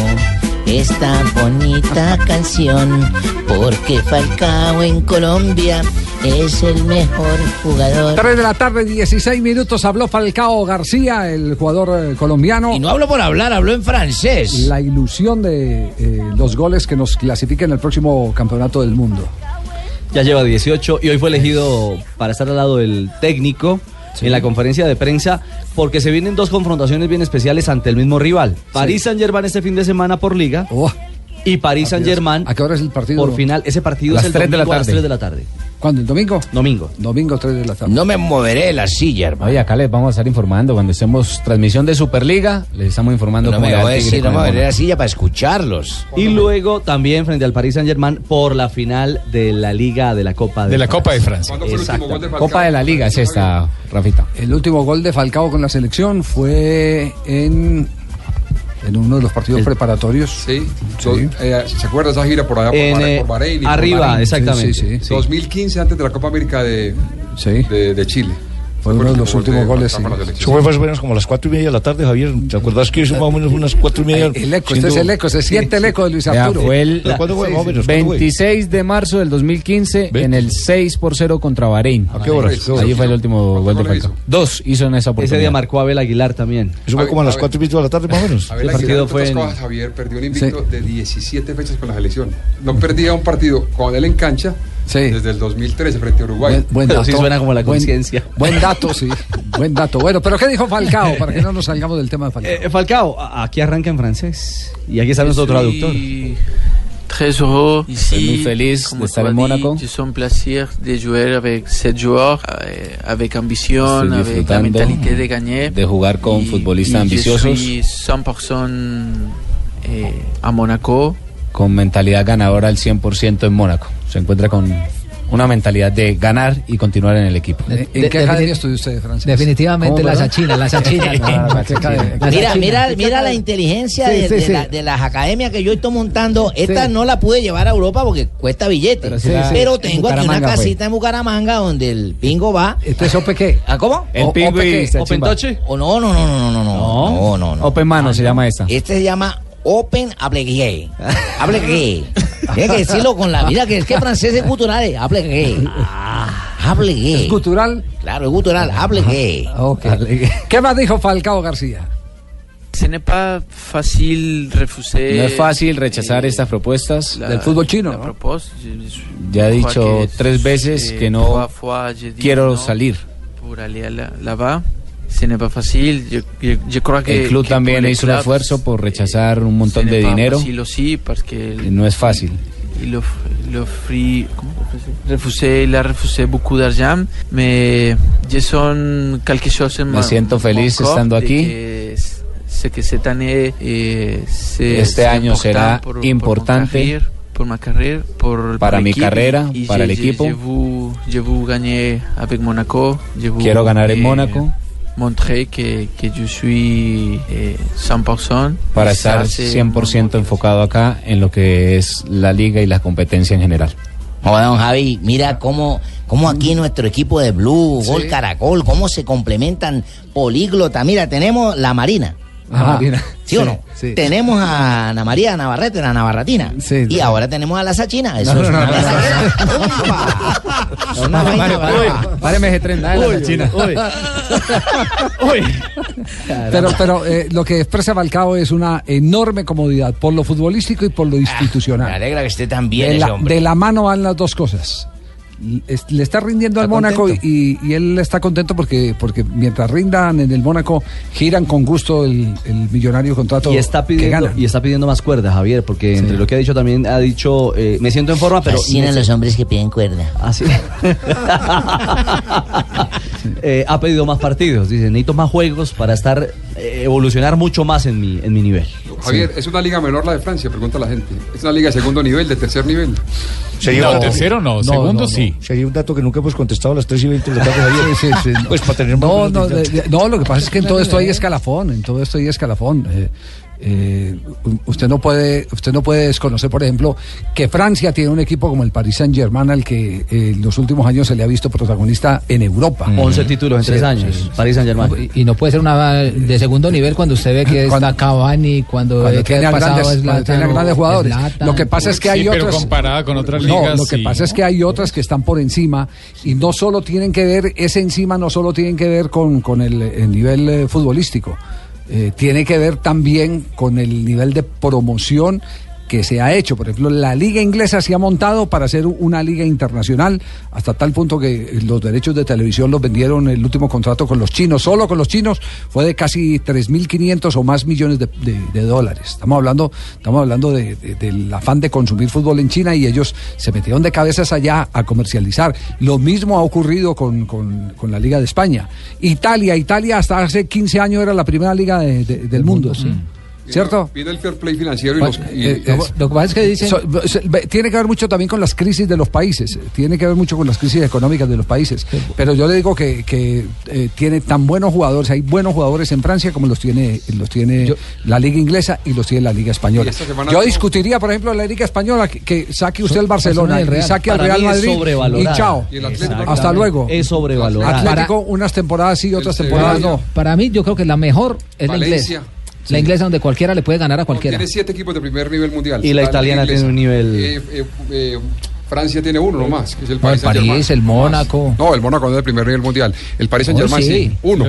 Speaker 13: esta bonita canción, porque Falcao en Colombia es el mejor jugador.
Speaker 2: 3 de la tarde, 16 minutos, habló Falcao García, el jugador eh, colombiano. Y
Speaker 5: no habló por hablar, habló en francés.
Speaker 2: La ilusión de eh, los goles que nos clasifiquen al próximo campeonato del mundo.
Speaker 9: Ya lleva 18 y hoy fue elegido para estar al lado del técnico en la conferencia de prensa, porque se vienen dos confrontaciones bien especiales ante el mismo rival. París Saint Germain este fin de semana por liga. Y París Saint Germain. ¿A qué hora es el partido? Por final, ese partido
Speaker 2: A
Speaker 9: es
Speaker 2: las
Speaker 9: el
Speaker 2: 3 de la
Speaker 9: domingo a las
Speaker 2: tarde.
Speaker 9: 3 de la tarde.
Speaker 2: ¿Cuándo? ¿El domingo?
Speaker 9: Domingo.
Speaker 2: Domingo 3 de la tarde.
Speaker 3: No me moveré de la silla, hermano. Oye, acá les vamos a estar informando. Cuando estemos transmisión de Superliga, les estamos informando
Speaker 9: No me
Speaker 3: le va
Speaker 9: voy a
Speaker 3: al Tigre,
Speaker 9: decir, no
Speaker 3: cómo
Speaker 9: me
Speaker 3: le
Speaker 9: voy a
Speaker 3: va.
Speaker 9: decir.
Speaker 5: Silla para escucharlos.
Speaker 9: Y luego también frente al Paris Saint Germain por la final de la Liga de la Copa de,
Speaker 4: De la Copa de
Speaker 2: Francia.
Speaker 9: Exacto.
Speaker 3: Copa de la Liga es esta, Rafita.
Speaker 2: El último gol de Falcao con la selección fue en, en uno de los partidos preparatorios.
Speaker 15: Sí, dos- eh, ¿se acuerda esa gira por allá por,
Speaker 2: En,
Speaker 15: Bahrein-
Speaker 2: eh,
Speaker 15: por Bahrein? y por
Speaker 2: arriba,
Speaker 15: Bahrein?
Speaker 2: exactamente. Sí, sí, sí.
Speaker 15: 2015 antes de la Copa América de, de, de Chile.
Speaker 2: Fue uno de los últimos goles. sí.
Speaker 16: Eso fue más o menos como a las cuatro y media de la tarde, Javier. ¿Te acordás que eso más o menos fue unas cuatro y media?
Speaker 2: El eco, este es el eco, se siente el eco de Luis
Speaker 3: Vea,
Speaker 2: Arturo.
Speaker 3: fue el
Speaker 16: ¿Pero cuándo fue, más o menos? ¿Cuándo fue?
Speaker 3: 26 de marzo del 2015 en el 6 por 0 contra Bahrein.
Speaker 17: Ah,
Speaker 16: ¿A qué horas? ¿Qué horas?
Speaker 3: Ahí fue el último gol de Falcao. Dos hizo en esa oportunidad.
Speaker 9: Ese día marcó Abel Aguilar también.
Speaker 16: Eso fue como a las cuatro y media de la tarde, más o menos.
Speaker 15: Abel Aguilar, entre otras cosas, Javier perdió un invicto de 17 fechas con la selección. No perdía un partido con él en cancha desde el 2013 frente a Uruguay.
Speaker 2: Buen dato. Buen- Buen dato, sí. Buen dato. Bueno, pero ¿qué dijo Falcao? Para que no nos salgamos del tema de Falcao.
Speaker 9: Eh, Falcao, a- aquí arranca en francés. Y aquí está nuestro
Speaker 17: Estoy
Speaker 9: traductor.
Speaker 17: Très heureux
Speaker 3: Estoy
Speaker 17: ici.
Speaker 3: muy feliz
Speaker 17: Como
Speaker 3: de estar en
Speaker 17: tu as dit,
Speaker 3: Mónaco.
Speaker 17: C'est un plaisir de jouer avec ces joueurs, euh, avec ambition,
Speaker 3: Estoy
Speaker 17: avec la
Speaker 3: disfrutando
Speaker 17: mentalité de gagner.
Speaker 3: de jugar con futbolistas
Speaker 17: Y yo
Speaker 3: ambiciosos,
Speaker 17: soy 100% eh, a Mónaco.
Speaker 3: con mentalidad ganadora al 100% en Mónaco. Se encuentra con una mentalidad de ganar y continuar en el equipo.
Speaker 2: ¿En qué academia estudió usted de francés?
Speaker 8: Definitivamente
Speaker 2: ¿Cómo,
Speaker 8: las
Speaker 2: perdón?
Speaker 8: achinas, las achinas.
Speaker 2: Ah, ¿qué academia?
Speaker 8: Las
Speaker 5: Mira,
Speaker 8: achinas.
Speaker 5: mira, mira la inteligencia
Speaker 8: Sí,
Speaker 5: de,
Speaker 8: sí,
Speaker 5: de
Speaker 8: sí.
Speaker 5: la- de las academias que yo estoy montando. Esta no la pude llevar a Europa porque cuesta billete. Pero,
Speaker 2: sí la- en
Speaker 5: tengo aquí una
Speaker 2: Bucaramanga, pues.
Speaker 5: casita en Bucaramanga donde el pingo va.
Speaker 2: ¿Esto es OPQ?
Speaker 5: ¿Ah, cómo?
Speaker 3: El
Speaker 5: O-
Speaker 3: pingo y
Speaker 5: OPQ.
Speaker 3: se achimba.
Speaker 5: O no, no, no, no, no, no, no, no, no, no.
Speaker 3: Open Mano se llama esta.
Speaker 5: Este se llama Open Aplegué. Aplegué. Tienes que decirlo con la vida, que es que francés es cultural. eh. Aplegué.
Speaker 2: Ah.
Speaker 5: Aplegué. ¿Es
Speaker 2: cultural?
Speaker 5: Claro, es cultural. Aplegué.
Speaker 2: ¿Qué más dijo Falcao García?
Speaker 17: Ce n'est pas facile refuser.
Speaker 3: No es fácil rechazar estas propuestas
Speaker 17: eh, la-
Speaker 3: del fútbol chino.
Speaker 17: la
Speaker 3: ¿no?
Speaker 17: propuesta. Je- je-
Speaker 3: Ya he
Speaker 17: je crois
Speaker 3: dicho
Speaker 17: que
Speaker 3: tres veces
Speaker 17: c'est
Speaker 3: que no
Speaker 17: trois fois j'ai dit
Speaker 3: quiero
Speaker 17: non
Speaker 3: salir.
Speaker 17: Pour aller là- là-bas, ce n'est pas facile. Je, je, je crois que,
Speaker 3: El club
Speaker 17: que
Speaker 3: también
Speaker 17: pour le
Speaker 3: hizo un
Speaker 17: club,
Speaker 3: esfuerzo por rechazar un
Speaker 17: ce
Speaker 3: montón
Speaker 17: n'est
Speaker 3: de
Speaker 17: pas
Speaker 3: dinero.
Speaker 17: facile aussi parce que
Speaker 3: y No es fácil.
Speaker 17: il offre, il offre- comment on appelle ça refusé, il a refusé beaucoup d'argent, mais je sens quelque chose en
Speaker 3: Me
Speaker 17: ma-
Speaker 3: siento
Speaker 17: mon
Speaker 3: feliz
Speaker 17: corps
Speaker 3: estando
Speaker 17: de
Speaker 3: aquí.
Speaker 17: que s- sé que cette année, eh, c'est-
Speaker 3: Este
Speaker 17: c'est
Speaker 3: año
Speaker 17: important
Speaker 3: será
Speaker 17: pour- pour mon
Speaker 3: importante
Speaker 17: carrière, pour ma carrière, pour-
Speaker 3: para
Speaker 17: pour
Speaker 3: mi
Speaker 17: l'équipe.
Speaker 3: carrera,
Speaker 17: Y
Speaker 3: para
Speaker 17: je-
Speaker 3: el
Speaker 17: je-
Speaker 3: equipo.
Speaker 17: je veux- je veux gagner avec Monaco. Je veux,
Speaker 3: Quiero ganar en
Speaker 17: eh,
Speaker 3: Mónaco.
Speaker 17: Montrer que, que je suis eh, 100%.
Speaker 3: para
Speaker 17: Y
Speaker 3: estar
Speaker 17: ça, c'est
Speaker 3: 100% enfocado acá en lo que es la liga y la competencia en general.
Speaker 5: Joder, don Javi, mira cómo, cómo aquí nuestro equipo de Blue, Gol Caracol, cómo se complementan políglota. Mira, tenemos la Marina.
Speaker 2: Ajá. Marina.
Speaker 5: ¿Sí, o no?
Speaker 2: sí.
Speaker 5: Tenemos a Ana María Navarrete, la Navarratina. y ahora tenemos a la Sachina. Eso es una cosa- Eso es una vaina brava.
Speaker 3: Páreme ese tren, dale, la China.
Speaker 2: Pero, pero eh, lo que expresa Falcao es una enorme comodidad por lo futbolístico y por lo institucional.
Speaker 5: Me alegra que esté tan bien
Speaker 2: de,
Speaker 5: ese
Speaker 2: la,
Speaker 5: hombre.
Speaker 2: de la mano van las dos cosas. L- es- Le está rindiendo al Mónaco y, y él está contento porque, porque mientras rindan en el Mónaco, giran con gusto el, el millonario contrato
Speaker 9: Y está
Speaker 2: que
Speaker 9: pidiendo,
Speaker 2: gana.
Speaker 9: y está pidiendo más cuerda, Javier, porque entre lo que ha dicho también ha dicho, eh, me siento Ah, en forma, pero...
Speaker 5: Fascinan los hombres que piden cuerda.
Speaker 9: Así. Eh, ha pedido más partidos, dice, necesito más juegos para estar, eh, evolucionar mucho más en mi, en mi nivel.
Speaker 15: Javier, ¿es una liga menor la de Francia? Pregunta la gente. ¿Es una liga de segundo nivel, de tercer nivel?
Speaker 16: Sería un dato que nunca hemos contestado a las 3 y 20 de la tarde, Javier.
Speaker 2: Sí, sí, sí, no.
Speaker 16: Pues para tener más
Speaker 2: No,
Speaker 16: menos
Speaker 2: no,
Speaker 16: de-
Speaker 2: de- de- no, lo que pasa es que en todo esto hay escalafón, en todo esto hay escalafón. Eh, eh, u- usted no puede, usted no puede desconocer, por ejemplo, que Francia tiene un equipo como el Paris Saint Germain al que eh, en los últimos años se le ha visto protagonista en Europa.
Speaker 9: 11 títulos en
Speaker 2: Mm. Sí,
Speaker 9: tres
Speaker 2: sí,
Speaker 9: años,
Speaker 2: sí, sí.
Speaker 9: París Saint Germain.
Speaker 8: Y no puede ser una de segundo nivel cuando usted ve que está Cavani, cuando,
Speaker 2: Cuando
Speaker 8: ve que
Speaker 2: tiene
Speaker 8: ha
Speaker 2: a
Speaker 8: pasado
Speaker 2: grandes-
Speaker 8: Zlatan,
Speaker 2: cuando tiene a grandes jugadores.
Speaker 8: Zlatan.
Speaker 2: Lo que pasa es que hay
Speaker 4: Sí, pero
Speaker 2: otras-
Speaker 4: comparada con otras
Speaker 2: No,
Speaker 4: ligas,
Speaker 2: lo que
Speaker 4: sí.
Speaker 2: pasa es que hay otras que están por encima y no solo tienen que ver, ese encima no solo tienen que ver con, con el, el nivel eh, futbolístico, eh, tiene que ver también con el nivel de promoción que se ha hecho. Por ejemplo, la liga inglesa se ha montado para hacer una liga internacional hasta tal punto que los derechos de televisión los vendieron el último contrato con los chinos, solo con los chinos, fue de casi 3.500 o más millones de, de- de dólares. Estamos hablando, estamos hablando de- de- del afán de consumir fútbol en China y ellos se metieron de cabezas allá a comercializar. Lo mismo ha ocurrido con, con- con la Liga de España. Italia, Italia hasta hace 15 años era la primera liga de- de- del mundo. ¿Cierto?
Speaker 15: Viene el fair play financiero y los... y-
Speaker 2: Eh, eh,
Speaker 8: Pues, lo que pasa es que dicen-
Speaker 2: so- so- ve- tiene que ver mucho también con las crisis de los países, eh, tiene que ver mucho con las crisis económicas de los países. Pero yo le digo que, que, eh, tiene tan buenos jugadores, hay buenos jugadores en Francia como los tiene, los tiene la Liga Inglesa y los tiene la Liga
Speaker 15: Y
Speaker 2: Española.
Speaker 15: esta semana
Speaker 2: Yo
Speaker 15: tuvo-
Speaker 2: discutiría, por ejemplo, la Liga Española, que, que saque usted el
Speaker 8: Barcelona
Speaker 2: Barcelona,
Speaker 8: y el
Speaker 2: y
Speaker 8: Real.
Speaker 2: saque al
Speaker 8: Para
Speaker 2: Real
Speaker 8: mí es
Speaker 2: Madrid y
Speaker 8: sobrevalorada.
Speaker 2: chao.
Speaker 8: Y el Atlético
Speaker 2: Hasta
Speaker 8: también.
Speaker 2: luego.
Speaker 8: Es sobrevalorada.
Speaker 2: Atlético unas temporadas sí, otras temporadas no.
Speaker 8: Para mí, yo creo que la mejor es
Speaker 15: Valencia.
Speaker 8: la inglesa. La inglesa donde cualquiera le puede ganar a cualquiera.
Speaker 15: Tiene siete equipos de primer nivel mundial.
Speaker 8: Y la
Speaker 15: Liga
Speaker 8: italiana
Speaker 15: inglesa.
Speaker 8: tiene un nivel-
Speaker 15: Eh, eh, eh, Francia tiene uno nomás, que es el
Speaker 8: No, el
Speaker 15: Paris Saint-Germain.
Speaker 8: París, el Mónaco.
Speaker 15: No, el Mónaco no es el primer nivel mundial. El Paris Saint
Speaker 8: Hoy
Speaker 15: Germain sí.
Speaker 8: sí.
Speaker 15: uno.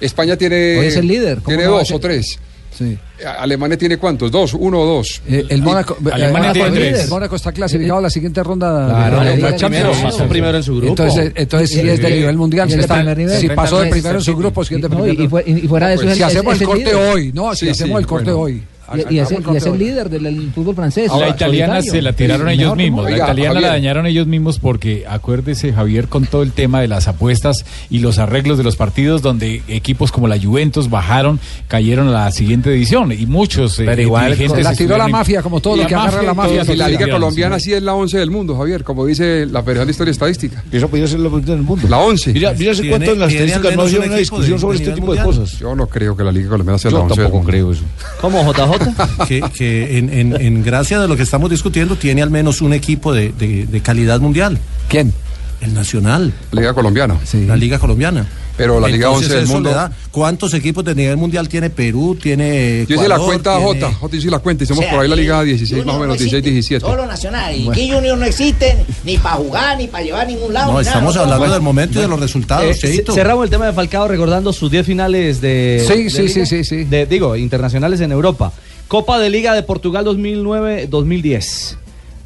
Speaker 15: España tiene.
Speaker 8: Hoy es el líder, ¿cómo
Speaker 15: Tiene
Speaker 8: no va a
Speaker 15: dos
Speaker 8: ser?
Speaker 15: o tres.
Speaker 2: Sí.
Speaker 15: Alemania tiene cuántos? Dos, uno o dos.
Speaker 2: El Mónaco, eh, Mónaco es líder, Mónaco está clasificado a la siguiente ronda
Speaker 15: Claro,
Speaker 2: de- de,
Speaker 15: está
Speaker 2: la Champions.
Speaker 15: primero, pasó primero en su grupo.
Speaker 2: Entonces, eh, entonces si
Speaker 15: Sí.
Speaker 2: es de nivel mundial,
Speaker 8: Y
Speaker 2: si,
Speaker 8: es de
Speaker 2: está-
Speaker 8: primer nivel.
Speaker 2: si
Speaker 8: Se
Speaker 2: pasó de
Speaker 8: enfrenta a
Speaker 2: primero en su
Speaker 8: Manchester
Speaker 2: grupo, si es de
Speaker 8: No,
Speaker 2: primer
Speaker 8: y fue- y- y fuera de
Speaker 2: No,
Speaker 8: eso
Speaker 2: pues,
Speaker 8: es
Speaker 2: si
Speaker 8: el- es-
Speaker 2: hacemos
Speaker 8: es
Speaker 2: el
Speaker 8: el
Speaker 2: corte
Speaker 8: líder.
Speaker 2: hoy, no, si
Speaker 8: Sí,
Speaker 2: hacemos
Speaker 8: sí,
Speaker 2: el corte
Speaker 8: bueno.
Speaker 2: hoy.
Speaker 8: Y, y es, el- y es el líder del, del fútbol francés.
Speaker 4: la italiana
Speaker 8: solitario.
Speaker 4: se la tiraron
Speaker 8: Mejor
Speaker 4: ellos
Speaker 8: del
Speaker 4: mismos.
Speaker 8: mundo.
Speaker 4: la italiana la dañaron ellos mismos porque, acuérdese, Javier, con todo el tema de las apuestas y los arreglos de los partidos, donde equipos como la Juventus bajaron, cayeron a la siguiente edición. Y muchos. eh,
Speaker 2: Pero igual,
Speaker 4: dirigentes
Speaker 2: la tiró la
Speaker 4: estuvieron-
Speaker 2: mafia, como todo
Speaker 4: Y
Speaker 2: lo que agarra la mafia.
Speaker 4: todos
Speaker 15: Y la Liga
Speaker 4: colombianos,
Speaker 15: Colombiana sí es la 11 del mundo, Javier, como dice la Federación de Historia y Estadística.
Speaker 16: Eso podría ser la 11 del mundo.
Speaker 15: La 11.
Speaker 16: Mira- mira hace Tiene- cuánto en las tiene al estadísticas no menos había un una equipo discusión de- sobre de este nivel tipo de mundial. cosas.
Speaker 15: Yo no creo que la Liga Colombiana sea
Speaker 16: Yo
Speaker 15: la 11 del
Speaker 16: tampoco
Speaker 15: mundo.
Speaker 16: creo eso.
Speaker 9: ¿Cómo, JJ?
Speaker 7: que, que en, en- en gracia de lo que estamos discutiendo tiene al menos un equipo de, de- de calidad mundial.
Speaker 2: ¿Quién?
Speaker 7: El Nacional.
Speaker 15: La Liga Colombiana.
Speaker 7: La Liga Colombiana.
Speaker 15: Pero la Liga
Speaker 7: Entonces,
Speaker 15: 11 del
Speaker 7: eso
Speaker 15: mundo-
Speaker 7: le da- ¿Cuántos equipos de nivel mundial tiene Perú? Tiene
Speaker 15: Yo hice la
Speaker 7: Ecuador,
Speaker 15: cuenta
Speaker 7: tiene-
Speaker 15: J, J hice la cuenta, hicimos
Speaker 7: O sea,
Speaker 15: por ahí la Liga
Speaker 7: el
Speaker 15: 16, más o menos, 16, 17.
Speaker 5: Solo nacional. Y aquí Junior no existen ni para jugar, ni para llevar a ningún lado.
Speaker 7: No,
Speaker 5: ni nada,
Speaker 7: estamos
Speaker 5: no,
Speaker 7: hablando
Speaker 5: no.
Speaker 7: del momento y de los resultados,
Speaker 9: Eh, ce-
Speaker 7: Cheito.
Speaker 9: cerramos el tema de Falcao recordando sus 10 finales de.
Speaker 7: Sí,
Speaker 9: de
Speaker 7: sí,
Speaker 9: Liga,
Speaker 7: sí, sí, sí.
Speaker 9: de- digo, internacionales en Europa. Copa de Liga de Portugal 2009-2010.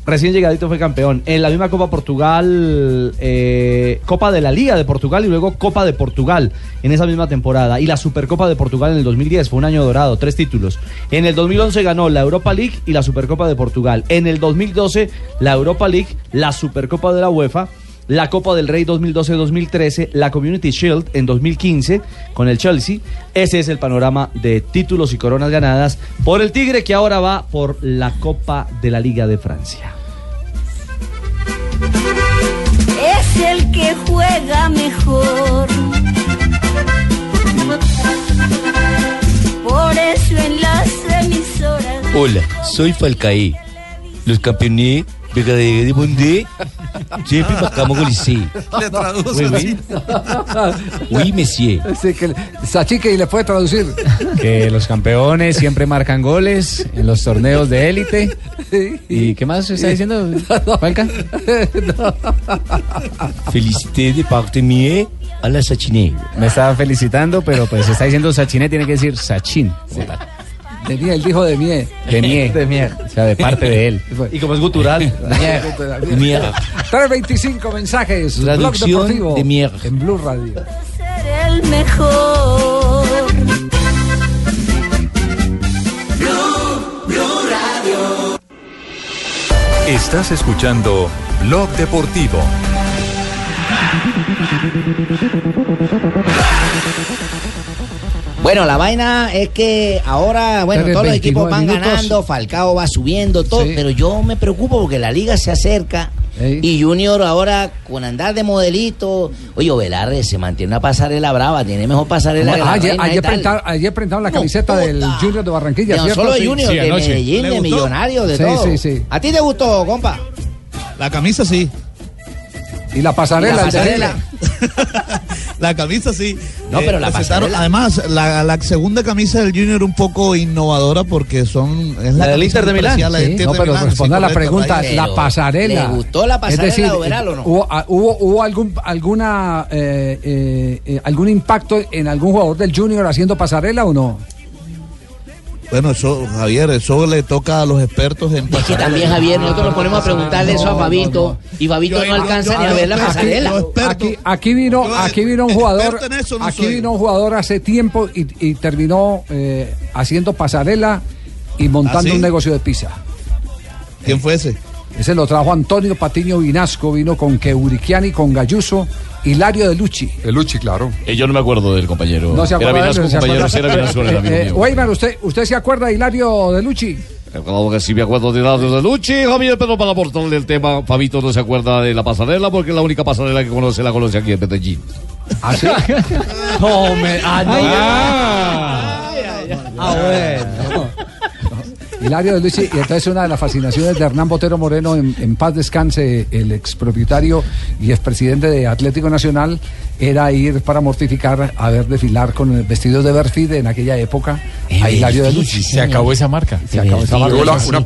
Speaker 9: Recién llegadito fue campeón. En la misma Copa Portugal, eh, Copa de la Liga de Portugal y luego Copa de Portugal en esa misma temporada. Y la Supercopa de Portugal en el 2010, fue un año dorado, tres títulos. En el 2011 ganó la Europa League y la Supercopa de Portugal. En el 2012, la Europa League, la Supercopa de la UEFA la Copa del Rey 2012-2013, la Community Shield en 2015 con el Chelsea. Ese es el panorama de títulos y coronas ganadas por el Tigre que ahora va por la Copa de la Liga de Francia.
Speaker 6: es el que juega mejor. Por eso en las emisoras.
Speaker 18: Hola, soy Falcaí. Los campeones de la Liga de Mundial siempre marcamos goles. sí.
Speaker 7: Le traduce
Speaker 18: Oui, oui. Oui, monsieur.
Speaker 2: Sí, que le- Sachique y le puede traducir.
Speaker 3: Que los campeones siempre marcan goles en los torneos de élite. ¿Y qué más está diciendo, Falca?
Speaker 18: Felicité de parte mía a la Sachiné.
Speaker 3: Me estaba felicitando, pero pues está diciendo Sachiné, tiene que decir Sachin.
Speaker 2: De mie, él dijo de mie.
Speaker 3: De mie. De mie. O sea, de parte de él.
Speaker 9: Y como es gutural.
Speaker 18: Mierda.
Speaker 2: 325 mensajes.
Speaker 18: Traducción
Speaker 2: Blog deportivo
Speaker 18: de mierda.
Speaker 2: En Blue Radio.
Speaker 6: el mejor.
Speaker 14: Estás escuchando Blog Deportivo.
Speaker 5: Bueno, la vaina es que ahora, bueno,
Speaker 1: Tres,
Speaker 5: todos los equipos
Speaker 1: 29
Speaker 5: van
Speaker 1: minutos.
Speaker 5: ganando, Falcao va subiendo, todo, pero yo me preocupo porque la liga se acerca y Junior ahora con andar de modelito, oye, Velarde se mantiene una pasarela brava, tiene mejor pasarela
Speaker 2: Ah,
Speaker 5: que la
Speaker 2: ayer,
Speaker 5: reina y
Speaker 2: ayer,
Speaker 5: tal.
Speaker 2: prentaron, ayer prentaron la camiseta del Junior de Barranquilla,
Speaker 5: No,
Speaker 2: ¿cierto?
Speaker 5: solo de
Speaker 2: Sí.
Speaker 5: Junior, de Medellín, de Millonarios, de
Speaker 2: Sí,
Speaker 5: todo.
Speaker 2: sí, sí.
Speaker 5: ¿A ti te gustó, compa?
Speaker 12: La camisa sí.
Speaker 2: Y la pasarela,
Speaker 12: La
Speaker 2: el de
Speaker 12: pasarela. La camisa sí.
Speaker 5: No, pero la
Speaker 12: presentaron-
Speaker 5: pasarela.
Speaker 12: Además, la, la segunda camisa del Junior un poco innovadora porque son. Es
Speaker 2: La del
Speaker 12: camisa
Speaker 2: Inter de
Speaker 12: muy parecida
Speaker 2: Milán.
Speaker 12: a la del
Speaker 2: Sí.
Speaker 12: Inter
Speaker 2: No,
Speaker 12: de
Speaker 2: pero
Speaker 12: Milán, sí,
Speaker 2: responda a la
Speaker 12: correcto,
Speaker 2: pregunta,
Speaker 12: ahí.
Speaker 2: la pasarela. es decir, ¿Hubo, ah, hubo, hubo algún, alguna, eh, eh, eh, algún impacto en algún jugador del Junior haciendo pasarela o no?
Speaker 12: Bueno, eso, Javier, eso le toca a los expertos en
Speaker 5: Es que también, Javier, nosotros nos ponemos a preguntarle eso a Fabito y Fabito
Speaker 12: Ah, Yo-
Speaker 5: no alcanza
Speaker 12: yo-
Speaker 5: ni a ver la
Speaker 12: aquí-
Speaker 5: pasarela.
Speaker 12: yo experto.
Speaker 2: Aquí, aquí vino, aquí vino un jugador, aquí vino un jugador hace tiempo y, y terminó eh, haciendo pasarela y montando
Speaker 12: ¿Ah, sí?
Speaker 2: un negocio de pizza.
Speaker 12: ¿Quién fue ese?
Speaker 2: Ese lo trajo Antonio Patiño Vinasco, vino con Keurikiani, con Galluso, Hilario de Lucci.
Speaker 15: Lucci, claro.
Speaker 16: Eh, yo no me acuerdo del compañero.
Speaker 2: No se
Speaker 16: era
Speaker 2: acuerda de
Speaker 16: Vinasco,
Speaker 2: él, se
Speaker 16: compañero,
Speaker 2: acuerda-
Speaker 16: sí, era Vinasco, era el amigo
Speaker 2: Eh,
Speaker 16: mío. Eh,
Speaker 2: Weimar, ¿usted, ¿usted se acuerda de Hilario de Lucci?
Speaker 16: Claro que sí me acuerdo de Dados de Luchi, Javier, pero para aportarle el tema, Fabito no se acuerda de la pasarela porque la única pasarela que conoce la conoce aquí en Medellín.
Speaker 2: ¿Ah, sí?
Speaker 16: no, me...
Speaker 7: ah,
Speaker 16: Ah.
Speaker 4: Ah,
Speaker 9: Ah,
Speaker 2: Ah, Hilario de Lucci, y entonces una de las fascinaciones de Hernán Botero Moreno, en, en paz descanse, el expropietario y expresidente de Atlético Nacional, era ir para mortificar a ver desfilar con vestidos de Berfid en aquella época a Hilario de Lucci.
Speaker 4: Se acabó esa marca.
Speaker 2: Se acabó esa marca.
Speaker 5: Uno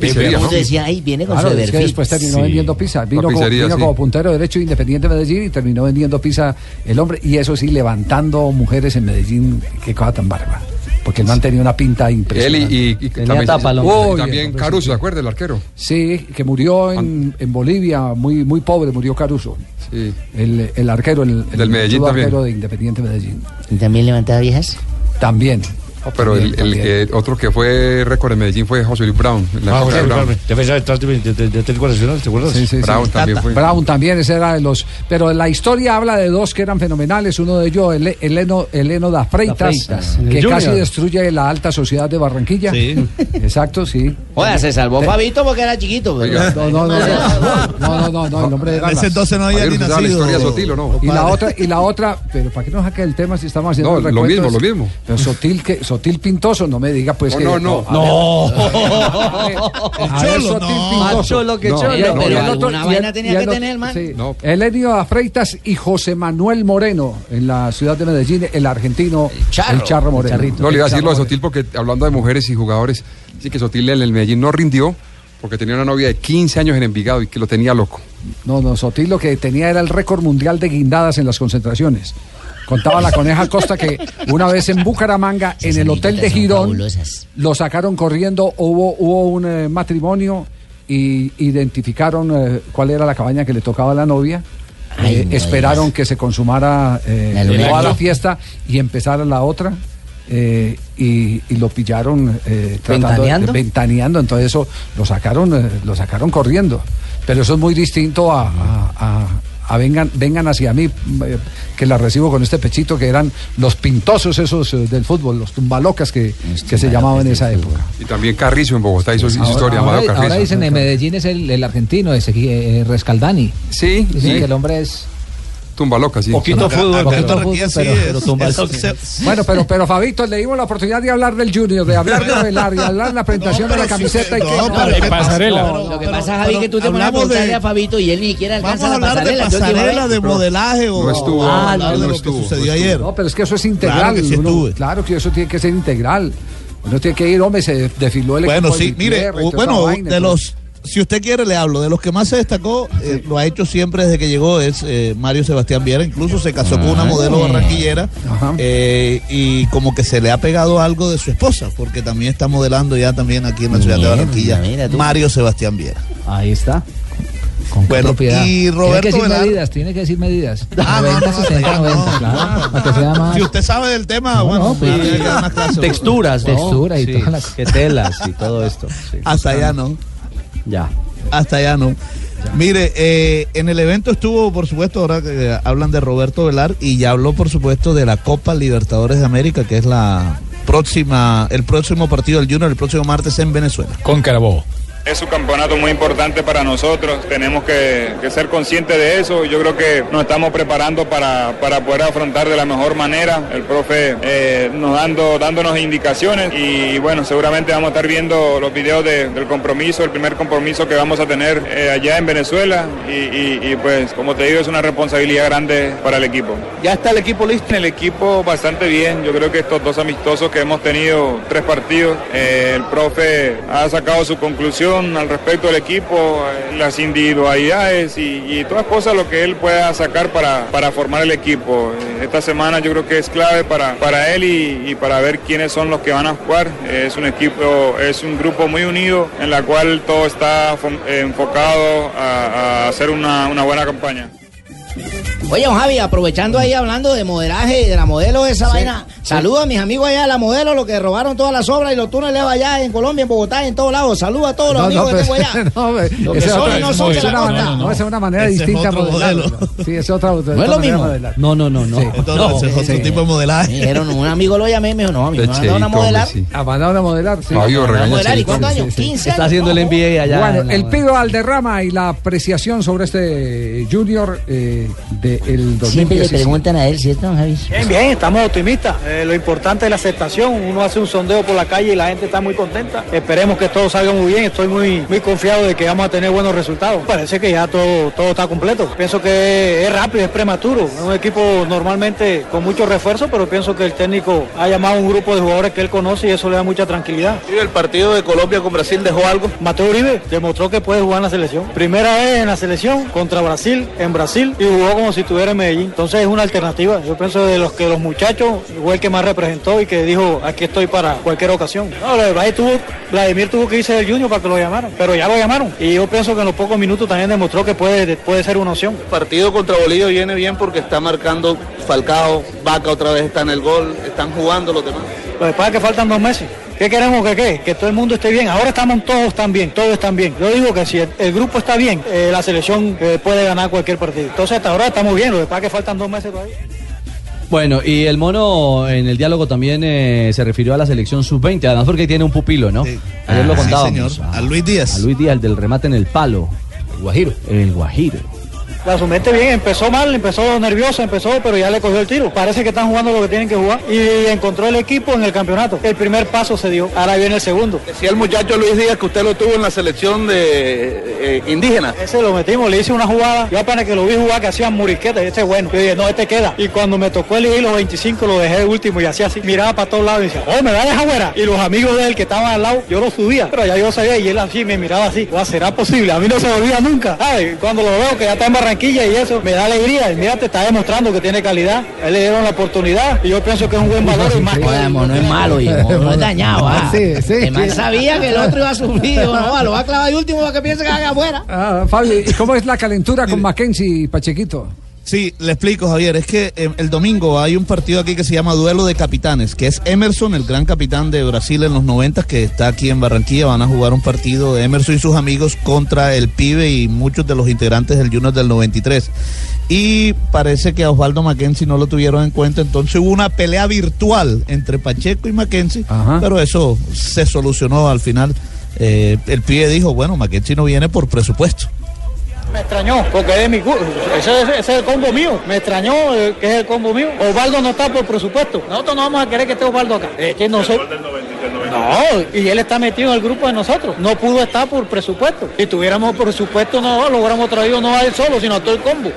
Speaker 5: decía, ahí viene con
Speaker 2: Claro,
Speaker 5: su
Speaker 2: es que
Speaker 5: Everfit.
Speaker 2: después terminó
Speaker 5: Sí.
Speaker 2: vendiendo pizza. Vino, como,
Speaker 5: pizzería,
Speaker 2: vino
Speaker 5: sí.
Speaker 2: como puntero derecho de independiente de Medellín y terminó vendiendo pizza el hombre. Y eso sí, levantando mujeres en Medellín, qué cosa tan bárbara. Porque el man tenía una pinta
Speaker 15: Él y,
Speaker 2: impresionante.
Speaker 15: y- y también,
Speaker 2: Uy,
Speaker 15: y
Speaker 2: el
Speaker 15: también
Speaker 2: hombre
Speaker 15: Caruso, ¿se acuerda? El arquero.
Speaker 2: Sí, que murió en, en Bolivia, muy, muy pobre, murió Caruso.
Speaker 15: Sí.
Speaker 2: El, el arquero, el, el
Speaker 15: Del Medellín
Speaker 2: mechudo
Speaker 15: también.
Speaker 2: arquero de Independiente Medellín.
Speaker 5: ¿Y también levantaba viejas?
Speaker 2: También.
Speaker 15: Pero el, el que, otro que fue récord en Medellín fue José Luis Brown. En la
Speaker 16: Ah,
Speaker 15: época
Speaker 16: José
Speaker 15: de
Speaker 16: Luis
Speaker 15: Brown.
Speaker 16: Brown. Defensa detrás de, de, de, de Atlético Nacional, ¿te acuerdas?
Speaker 2: Sí, sí, sí.
Speaker 15: Brown también fue.
Speaker 2: Brown también, ese era de los. Pero la historia habla de dos que eran fenomenales. Uno de ellos, el, Eleno, Eleno das Freitas,
Speaker 5: Freitas, el
Speaker 2: que
Speaker 5: Junior.
Speaker 2: casi destruye la alta sociedad de Barranquilla.
Speaker 5: Sí.
Speaker 2: Exacto, sí.
Speaker 5: Oiga, se salvó
Speaker 2: Te-
Speaker 5: Fabito porque era chiquito. pero-
Speaker 2: No, no, no, no, no, no, no, el hombre era.
Speaker 12: En ese entonces no había Javier, ni ¿usted sabe la nacido. historia de Sotil o no?
Speaker 2: Y la otra, y la otra, pero ¿para qué nos saca el tema si estamos haciendo
Speaker 15: No,
Speaker 2: el
Speaker 15: lo
Speaker 2: recuento?
Speaker 15: mismo, lo mismo.
Speaker 2: Pero Sotil, que, Sotil Pintoso, no me diga pues
Speaker 15: No,
Speaker 2: que.
Speaker 15: no, no.
Speaker 2: a ver, a ver, Sotil Pintoso.
Speaker 15: No,
Speaker 2: Pero
Speaker 15: no,
Speaker 2: el otro-
Speaker 5: alguna
Speaker 2: y
Speaker 5: vaina
Speaker 2: el-
Speaker 5: tenía
Speaker 2: y
Speaker 5: que
Speaker 2: el otro-
Speaker 5: tener, man.
Speaker 2: sí. Elenio Afreitas y José Manuel Moreno en la ciudad de Medellín, el argentino, el charro, Moreno.
Speaker 15: No, le iba a
Speaker 2: El
Speaker 15: decir lo de
Speaker 2: Charro
Speaker 15: Sotil porque hablando de mujeres y jugadores, sí que Sotil en el Medellín no rindió porque tenía una novia de 15 años en Envigado y que lo tenía loco.
Speaker 2: No, no, Sotil lo que tenía era el récord mundial de guindadas en las concentraciones. Contaba la coneja Costa que una vez en Bucaramanga, en el hotel de Girón, lo sacaron corriendo, hubo, hubo un eh, matrimonio y identificaron eh, cuál era la cabaña que le tocaba a la novia. Eh, esperaron que se consumara eh,
Speaker 5: La luna
Speaker 2: toda la
Speaker 5: llena.
Speaker 2: fiesta y empezara la otra. eh, y, y lo pillaron eh, tratando de-
Speaker 5: ¿Ventaneando?
Speaker 2: ventaneando, entonces eso lo sacaron, eh, lo sacaron corriendo. Pero eso es muy distinto a, a- a- a vengan, vengan hacia mí, eh, que la recibo con este pechito, que eran los pintosos esos eh, del fútbol, los tumbalocas que, que se llamaban en esa época.
Speaker 15: Y también Carrizo en Bogotá hizo su historia,
Speaker 8: ahora,
Speaker 15: Amado Carrizo.
Speaker 8: ahora dicen en Medellín es el, el argentino, ese eh, Rescaldani.
Speaker 15: Sí,
Speaker 8: Dicen
Speaker 15: sí.
Speaker 8: que el hombre es.
Speaker 15: Tumba loca, sí.
Speaker 8: Poquito Pero acá- fútbol, acá pero- otra
Speaker 2: Fútbol,
Speaker 8: sí
Speaker 2: pero-
Speaker 8: es-
Speaker 2: pero tumba-
Speaker 8: eso
Speaker 2: Bueno, pero, pero Fabito, le dimos la oportunidad de hablar del Junior, de hablar de Velar, de hablar de la presentación de la camiseta y que-
Speaker 5: No, pero ¿qué pasa? No,
Speaker 2: No,
Speaker 5: Lo que pasa, Javi, que tú te pones a
Speaker 12: hablamos
Speaker 5: preguntarle
Speaker 12: de-
Speaker 5: a Fabito y él ni siquiera
Speaker 12: Vamos a
Speaker 5: alcanza la
Speaker 12: hablar de
Speaker 5: pasarela. Yo digo,
Speaker 12: pasarela, de
Speaker 5: "Ay,
Speaker 12: modelaje o
Speaker 5: No estuvo,
Speaker 12: Ah,
Speaker 5: él
Speaker 12: hablar
Speaker 5: no
Speaker 12: de lo que
Speaker 5: estuvo,
Speaker 12: sucedió ayer.
Speaker 2: No, pero es que eso es integral. uno-
Speaker 12: Claro
Speaker 2: Claro
Speaker 12: que
Speaker 2: que,
Speaker 12: sí estuve.
Speaker 2: eso tiene que ser integral. Uno tiene que ir, hombre, se de- desfiló el
Speaker 12: Bueno,
Speaker 2: equipo de
Speaker 12: sí, mire,
Speaker 2: Gutiérrez y toda esa
Speaker 12: bueno,
Speaker 2: vaina,
Speaker 12: de
Speaker 2: entonces-
Speaker 12: los, si usted quiere le hablo, de los que más se destacó, eh, lo ha hecho siempre desde que llegó, es eh, Mario Sebastián Viera, incluso se casó con una
Speaker 2: Ah,
Speaker 12: modelo
Speaker 2: sí.
Speaker 12: barranquillera eh, y como que se le ha pegado algo de su esposa, porque también está modelando ya también aquí en la ciudad de
Speaker 8: Mira,
Speaker 12: Barranquilla,
Speaker 8: mira tú.
Speaker 12: Mario Sebastián Viera.
Speaker 8: Ahí está.
Speaker 12: Bueno,
Speaker 8: propiedad.
Speaker 12: y
Speaker 8: Tiene que
Speaker 12: Roberto
Speaker 8: decir
Speaker 12: Velar-
Speaker 8: medidas, tiene que decir medidas.
Speaker 12: Ah, no,
Speaker 8: 90,
Speaker 12: no,
Speaker 8: 60, 90, claro. para que sea más.
Speaker 12: Si usted sabe del tema, bueno,
Speaker 8: pues,
Speaker 12: tiene que dar una clase, bueno.
Speaker 9: Texturas, ¿no?
Speaker 8: Textura y
Speaker 9: Sí,
Speaker 8: toda la-
Speaker 9: que telas y todo esto. sí.
Speaker 12: Hasta allá no.
Speaker 9: Ya.
Speaker 12: Hasta allá no. Mire, eh, en el evento estuvo, por supuesto, ahora que eh, hablan de Roberto Velar y ya habló, por supuesto, de la Copa Libertadores de América, que es la próxima, el próximo partido del Junior, el próximo martes en Venezuela.
Speaker 4: Con Carabobo.
Speaker 19: Es un campeonato muy importante para nosotros, tenemos que, que ser conscientes de eso, yo creo que nos estamos preparando para, para poder afrontar de la mejor manera, el profe eh, nos dando, dándonos indicaciones y bueno, seguramente vamos a estar viendo los videos de- del compromiso, el primer compromiso que vamos a tener eh, allá en Venezuela y, y- y, pues como te digo es una responsabilidad grande para el equipo. Ya está el equipo listo, el equipo bastante bien, yo creo que estos dos amistosos que hemos tenido, tres partidos, eh, el profe ha sacado su conclusión. visión al respecto del equipo, eh, las individualidades y, y todas cosas lo que él pueda sacar para, para formar el equipo. Eh, Esta semana yo creo que es clave para, para él y, y para ver quiénes son los que van a jugar. Eh, Es un equipo, es un grupo muy unido en la cual todo está fo- enfocado a, a hacer una- una buena campaña.
Speaker 1: Oye, don Javi, aprovechando ahí hablando de modelaje y de la modelo de esa vaina, saluda a mis amigos allá, la modelo, los que robaron todas las obras y los túneles allá en Colombia, en Bogotá, en todos lados. Saluda a todos los
Speaker 2: No, no,
Speaker 1: amigos que
Speaker 12: este
Speaker 1: tengo
Speaker 2: pero-
Speaker 1: allá.
Speaker 2: no, ve,
Speaker 1: Lo que
Speaker 2: esa es
Speaker 1: son y
Speaker 2: otra-
Speaker 1: no son de
Speaker 2: es
Speaker 1: la
Speaker 2: una
Speaker 1: costa.
Speaker 2: manera- no, esa es una manera
Speaker 1: Ese es
Speaker 2: distinta
Speaker 1: otro
Speaker 2: modelarlo. Sí, es otra, otra
Speaker 1: No es lo
Speaker 2: manera
Speaker 1: mismo.
Speaker 2: modelar.
Speaker 9: No, no, no, no.
Speaker 2: Entonces, es otro Este tipo de modelaje.
Speaker 1: Me dijeron, un amigo lo llamé y me dijo, no, a mí me
Speaker 2: Está
Speaker 1: mandaron a
Speaker 2: chévito,
Speaker 1: modelar.
Speaker 2: hombre, A mandaron a Ah, modelar, sí.
Speaker 1: Fabio, Mandaron a regálale modelar, ¿y cuántos chelito. años? 15
Speaker 9: Está haciendo el NBA allá. en
Speaker 2: Bueno,
Speaker 9: la-
Speaker 2: el pido al derrama y la apreciación sobre este Junior eh, del 2017.
Speaker 5: Siempre le preguntan a él, ¿cierto, don Javi?
Speaker 20: Bien, bien, estamos optimistas. Eh, lo importante es la aceptación. Uno hace un sondeo por la calle y la gente está muy contenta. Esperemos que todo salga muy bien. Estoy muy, muy confiado de que vamos a tener buenos resultados. Parece que ya todo, todo está completo. Pienso que es rápido, es prematuro. Es un equipo normalmente con mucho refuerzo, pero pienso que el técnico ha llamado a un grupo de jugadores que él conoce y eso le da mucha tranquilidad. ¿El partido de Colombia con Brasil dejó algo? Mateo Uribe demostró que puede jugar en la selección. Primera vez en la selección contra Brasil, en Brasil, y jugó como si estuviera en Medellín. Entonces es una alternativa. Yo pienso de los que los muchachos fue el que más representó y que dijo, aquí estoy para cualquier ocasión. No, la verdad es que tuvo, Vladimir tuvo que irse del Junior para que lo llamaran, pero ya lo llamaron. Y yo pienso que en los pocos minutos también demostró que puede, puede ser una opción.
Speaker 21: partido contra Bolivia viene bien porque está marcando Falcao, Vaca otra vez está en el gol, están jugando los demás.
Speaker 20: Lo que pasa es que faltan dos meses. ¿Qué queremos que qué? Que todo el mundo esté bien. Ahora estamos todos tan bien, todos están bien. Yo digo que si el, el grupo está bien, eh, la selección eh, puede ganar cualquier partido. Entonces hasta ahora estamos bien, lo que pasa es que faltan dos meses todavía.
Speaker 9: Bueno, y el mono en el diálogo también eh, se refirió a la selección sub-20, además porque tiene un pupilo, ¿no? Ayer lo
Speaker 12: Ah, sí,
Speaker 9: contaba.
Speaker 12: señor. A Luis Díaz.
Speaker 9: A Luis Díaz, el del remate en el palo. El Guajiro. El Guajiro.
Speaker 20: La sumente bien, empezó mal, empezó nervioso, empezó, pero ya le cogió el tiro. Parece que están jugando lo que tienen que jugar y encontró el equipo en el campeonato. El primer paso se dio, ahora viene el segundo.
Speaker 21: Decía el muchacho Luis Díaz que usted lo tuvo en la selección de eh, indígena.
Speaker 20: Ese lo metimos, le hice una jugada. Yo apenas que lo vi jugar que hacían muriquetas, y este es bueno. Yo dije, no, este queda. Y cuando me tocó elegir los 25, lo dejé de último y hacía así. Miraba para todos lados y decía, oh, me va a dejar fuera. Y los amigos de él que estaban al lado, yo lo subía. Pero ya yo sabía y él así me miraba así. "Guau, ¿Será posible? A mí no se me olvida nunca. Ay, cuando lo veo que ya está en Barranquilla y eso, me da alegría. Y mira, te está demostrando que tiene calidad. A Él le dieron la oportunidad y yo pienso que es un buen valor y más que-
Speaker 1: no es malo, y no es dañado. ah.
Speaker 2: Sí, sí.
Speaker 1: El man sabía que el otro iba a subir. dijo, No, va, lo va a clavar y último para que piense que haga afuera.
Speaker 2: Ah, Fabio, ¿y cómo es la calentura con Mackenzie y Pachequito?
Speaker 12: Sí, le explico, Javier. Es que eh, el domingo hay un partido aquí que se llama Duelo de Capitanes, que es Emerson, el gran capitán de Brasil en los 90, que está aquí en Barranquilla. Van a jugar un partido de Emerson y sus amigos contra el pibe y muchos de los integrantes del Junior del 93. Y parece que a Osvaldo Mackenzie no lo tuvieron en cuenta, entonces hubo una pelea virtual entre Pacheco y Mackenzie, pero eso se solucionó al final. Eh, el pibe dijo, bueno, Mackenzie no viene por presupuesto.
Speaker 20: Me extrañó, porque es de mi cu- ese, ese- ese es el combo mío. Me extrañó eh, que es el combo mío. Osvaldo no está por presupuesto. Nosotros no vamos a querer que esté Osvaldo acá. Es que no sé. No, y él está metido en el grupo de nosotros. No pudo estar por presupuesto. Si tuviéramos presupuesto, no lo hubiéramos traído no a él solo, sino a todo el combo.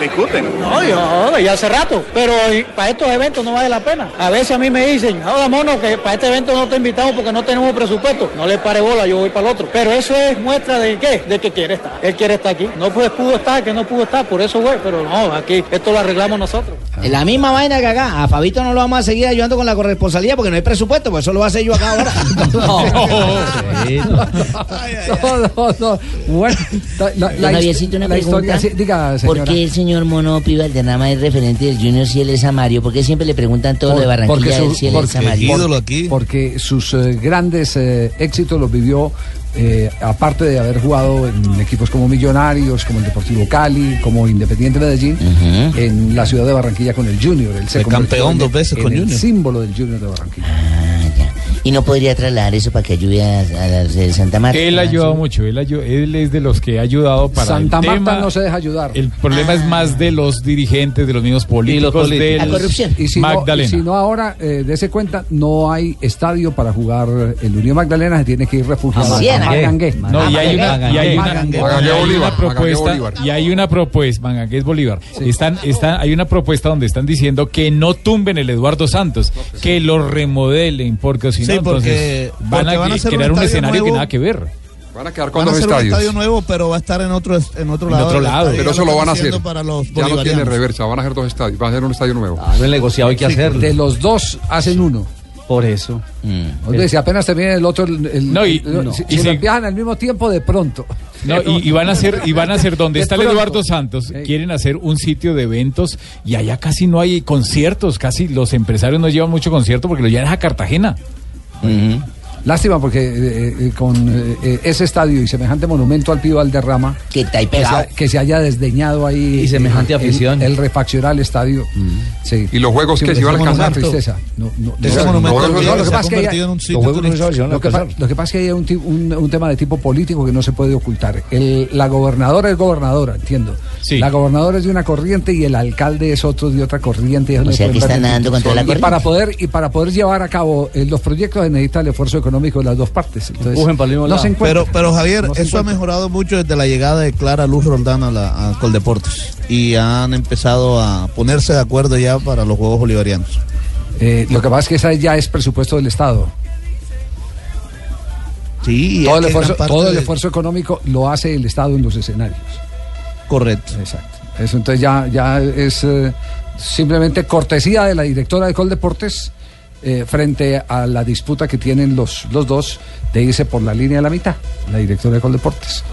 Speaker 22: Discuten.
Speaker 20: No, yo, ya hace rato. Pero eh, para estos eventos no vale la pena. A veces a mí me dicen, ahora mono, que para este evento no te invitamos porque no tenemos presupuesto. No le pare bola, yo voy para el otro. Pero eso es muestra de qué, de que quiere estar. Él quiere estar aquí. No pues, pudo estar, que no pudo estar, por eso fue. Pero no, aquí esto lo arreglamos nosotros.
Speaker 1: Es La misma vaina que acá. A Fabito no lo vamos a seguir ayudando con la corresponsalía porque no hay presupuesto, pues eso lo voy a hacer yo acá ahora.
Speaker 2: No, no, no. Bueno, la, la-
Speaker 5: Don
Speaker 2: la
Speaker 5: Javiercito, una
Speaker 2: la
Speaker 5: pregunta.
Speaker 2: historia, sí, diga,
Speaker 5: ¿Por
Speaker 2: señora.
Speaker 5: qué el señor Mono Piva Valderrama es referente del Junior si él es Amario? ¿Por qué siempre le preguntan todo lo de
Speaker 2: porque
Speaker 5: Barranquilla
Speaker 2: su-
Speaker 5: él si él es
Speaker 2: porque-
Speaker 5: Amario?
Speaker 2: porque sus eh, grandes eh, éxitos los vivió eh, aparte de haber jugado en equipos como Millonarios, como el Deportivo Cali, como Independiente Medellín, en la ciudad de Barranquilla con el Junior. Él se
Speaker 12: Fue
Speaker 2: convirtió
Speaker 12: campeón
Speaker 2: en-
Speaker 12: dos veces
Speaker 2: en
Speaker 12: con
Speaker 2: el
Speaker 12: Junior.
Speaker 2: símbolo del Junior de Barranquilla.
Speaker 5: Ah, Y no podría trasladar eso para que ayude a, a las de Santa Marta. Ah,
Speaker 4: Él ha ayudado mucho, él, ayu- él es de los que ha ayudado para
Speaker 2: Santa
Speaker 4: el
Speaker 2: Marta
Speaker 4: tema.
Speaker 2: no se deja ayudar.
Speaker 4: El problema es más de los dirigentes, de los mismos políticos, de
Speaker 2: La corrupción. Y si, No, y
Speaker 4: Magdalena.
Speaker 2: si no ahora, eh, dese cuenta, no hay estadio para jugar el Unión Magdalena, se tiene que ir refugiado
Speaker 4: Ah,
Speaker 2: a
Speaker 4: Magangué. Ah, No,
Speaker 2: Magangué.
Speaker 4: y hay una, y hay una-
Speaker 2: Magangué.
Speaker 4: y hay una propuesta, y hay una propuesta, Magangué es Bolívar. Están, están, hay una propuesta donde están diciendo que no tumben el Eduardo Santos, que lo remodelen, porque si ¿no?
Speaker 12: pues Sí, porque,
Speaker 4: Entonces, van
Speaker 12: porque
Speaker 4: a,
Speaker 12: van a hacer
Speaker 4: crear un,
Speaker 12: estadio
Speaker 4: escenario que
Speaker 12: nuevo. Eh,
Speaker 4: nada que ver.
Speaker 15: Van a quedar con
Speaker 12: Van a
Speaker 15: dos
Speaker 12: hacer un
Speaker 15: estadios.
Speaker 12: estadio nuevo, pero va a estar en otro, en otro
Speaker 4: En
Speaker 12: lado.
Speaker 4: otro
Speaker 12: del
Speaker 4: lado.
Speaker 12: estadio,
Speaker 15: Pero
Speaker 12: ya
Speaker 15: eso
Speaker 12: lo
Speaker 15: lo van a
Speaker 12: están
Speaker 15: hacer.
Speaker 12: haciendo Para los
Speaker 15: ya no tiene
Speaker 12: bolivarianos.
Speaker 15: reversa, van a hacer dos estadios, van a hacer un estadio nuevo.
Speaker 2: Ah,
Speaker 9: No he negociado, hay que hacerlo.
Speaker 2: De los dos hacen uno. Mm.
Speaker 9: Por eso.
Speaker 2: Entonces, si apenas termina el otro, el- el-
Speaker 4: No, y-
Speaker 2: el-
Speaker 4: no.
Speaker 2: si,
Speaker 4: y
Speaker 2: si
Speaker 4: si-
Speaker 2: los viajan al mismo tiempo, de pronto.
Speaker 4: No, y, y van a hacer, y van a hacer donde
Speaker 2: De
Speaker 4: está el
Speaker 2: pronto.
Speaker 4: Eduardo Santos, quieren hacer un sitio de eventos y allá casi no hay conciertos, casi los empresarios no llevan mucho concierto porque lo llevan a Cartagena.
Speaker 2: Lástima porque eh, eh, con eh, eh, ese estadio y semejante monumento al Pío Valderrama
Speaker 5: que está
Speaker 2: se, ha- que se haya desdeñado ahí
Speaker 15: Y semejante
Speaker 2: eh, el-
Speaker 15: afición.
Speaker 2: El, refaccionar el estadio. Sí.
Speaker 15: ¿Y los juegos
Speaker 2: Sí,
Speaker 15: qué?
Speaker 2: pero
Speaker 15: ¿Si van a
Speaker 2: ese monumento
Speaker 15: alcanzar?
Speaker 2: es tristeza. No, no, no, no, no, no, lo que pasa es que hay- lo que pa- lo que pasa es que hay un, ti- un- un tema de tipo político que no se puede ocultar. El- la gobernadora es gobernadora, entiendo. La gobernadora es de una corriente y el alcalde es otro de otra corriente. y eso
Speaker 5: O
Speaker 2: no
Speaker 5: sea
Speaker 2: pueden
Speaker 5: que están
Speaker 2: permitir.
Speaker 5: nadando contra la
Speaker 2: Y
Speaker 5: corriente.
Speaker 2: para poder Y para poder llevar a cabo eh, los proyectos se necesita el esfuerzo económico de las dos partes. Entonces, no se encuentra.
Speaker 12: pero, pero Javier,
Speaker 2: No se
Speaker 12: eso ha
Speaker 2: encuentra.
Speaker 12: mejorado mucho desde la llegada de Clara Luz Roldán a, la, a Ah, Coldeportes. Y han empezado a ponerse de acuerdo ya para los Juegos Bolivarianos.
Speaker 2: Eh, lo que pasa es que esa ya es presupuesto del Estado.
Speaker 12: Sí, y
Speaker 2: todo
Speaker 12: es
Speaker 2: el,
Speaker 12: que gran
Speaker 2: esfuerzo,
Speaker 12: parte
Speaker 2: todo el
Speaker 12: de-
Speaker 2: esfuerzo económico lo hace el Estado en los escenarios.
Speaker 12: Correcto.
Speaker 2: Exacto. Eso entonces ya, ya es eh, simplemente cortesía de la directora de Coldeportes eh, frente a la disputa que tienen los, los dos de irse por la línea de la mitad, la directora de Coldeportes.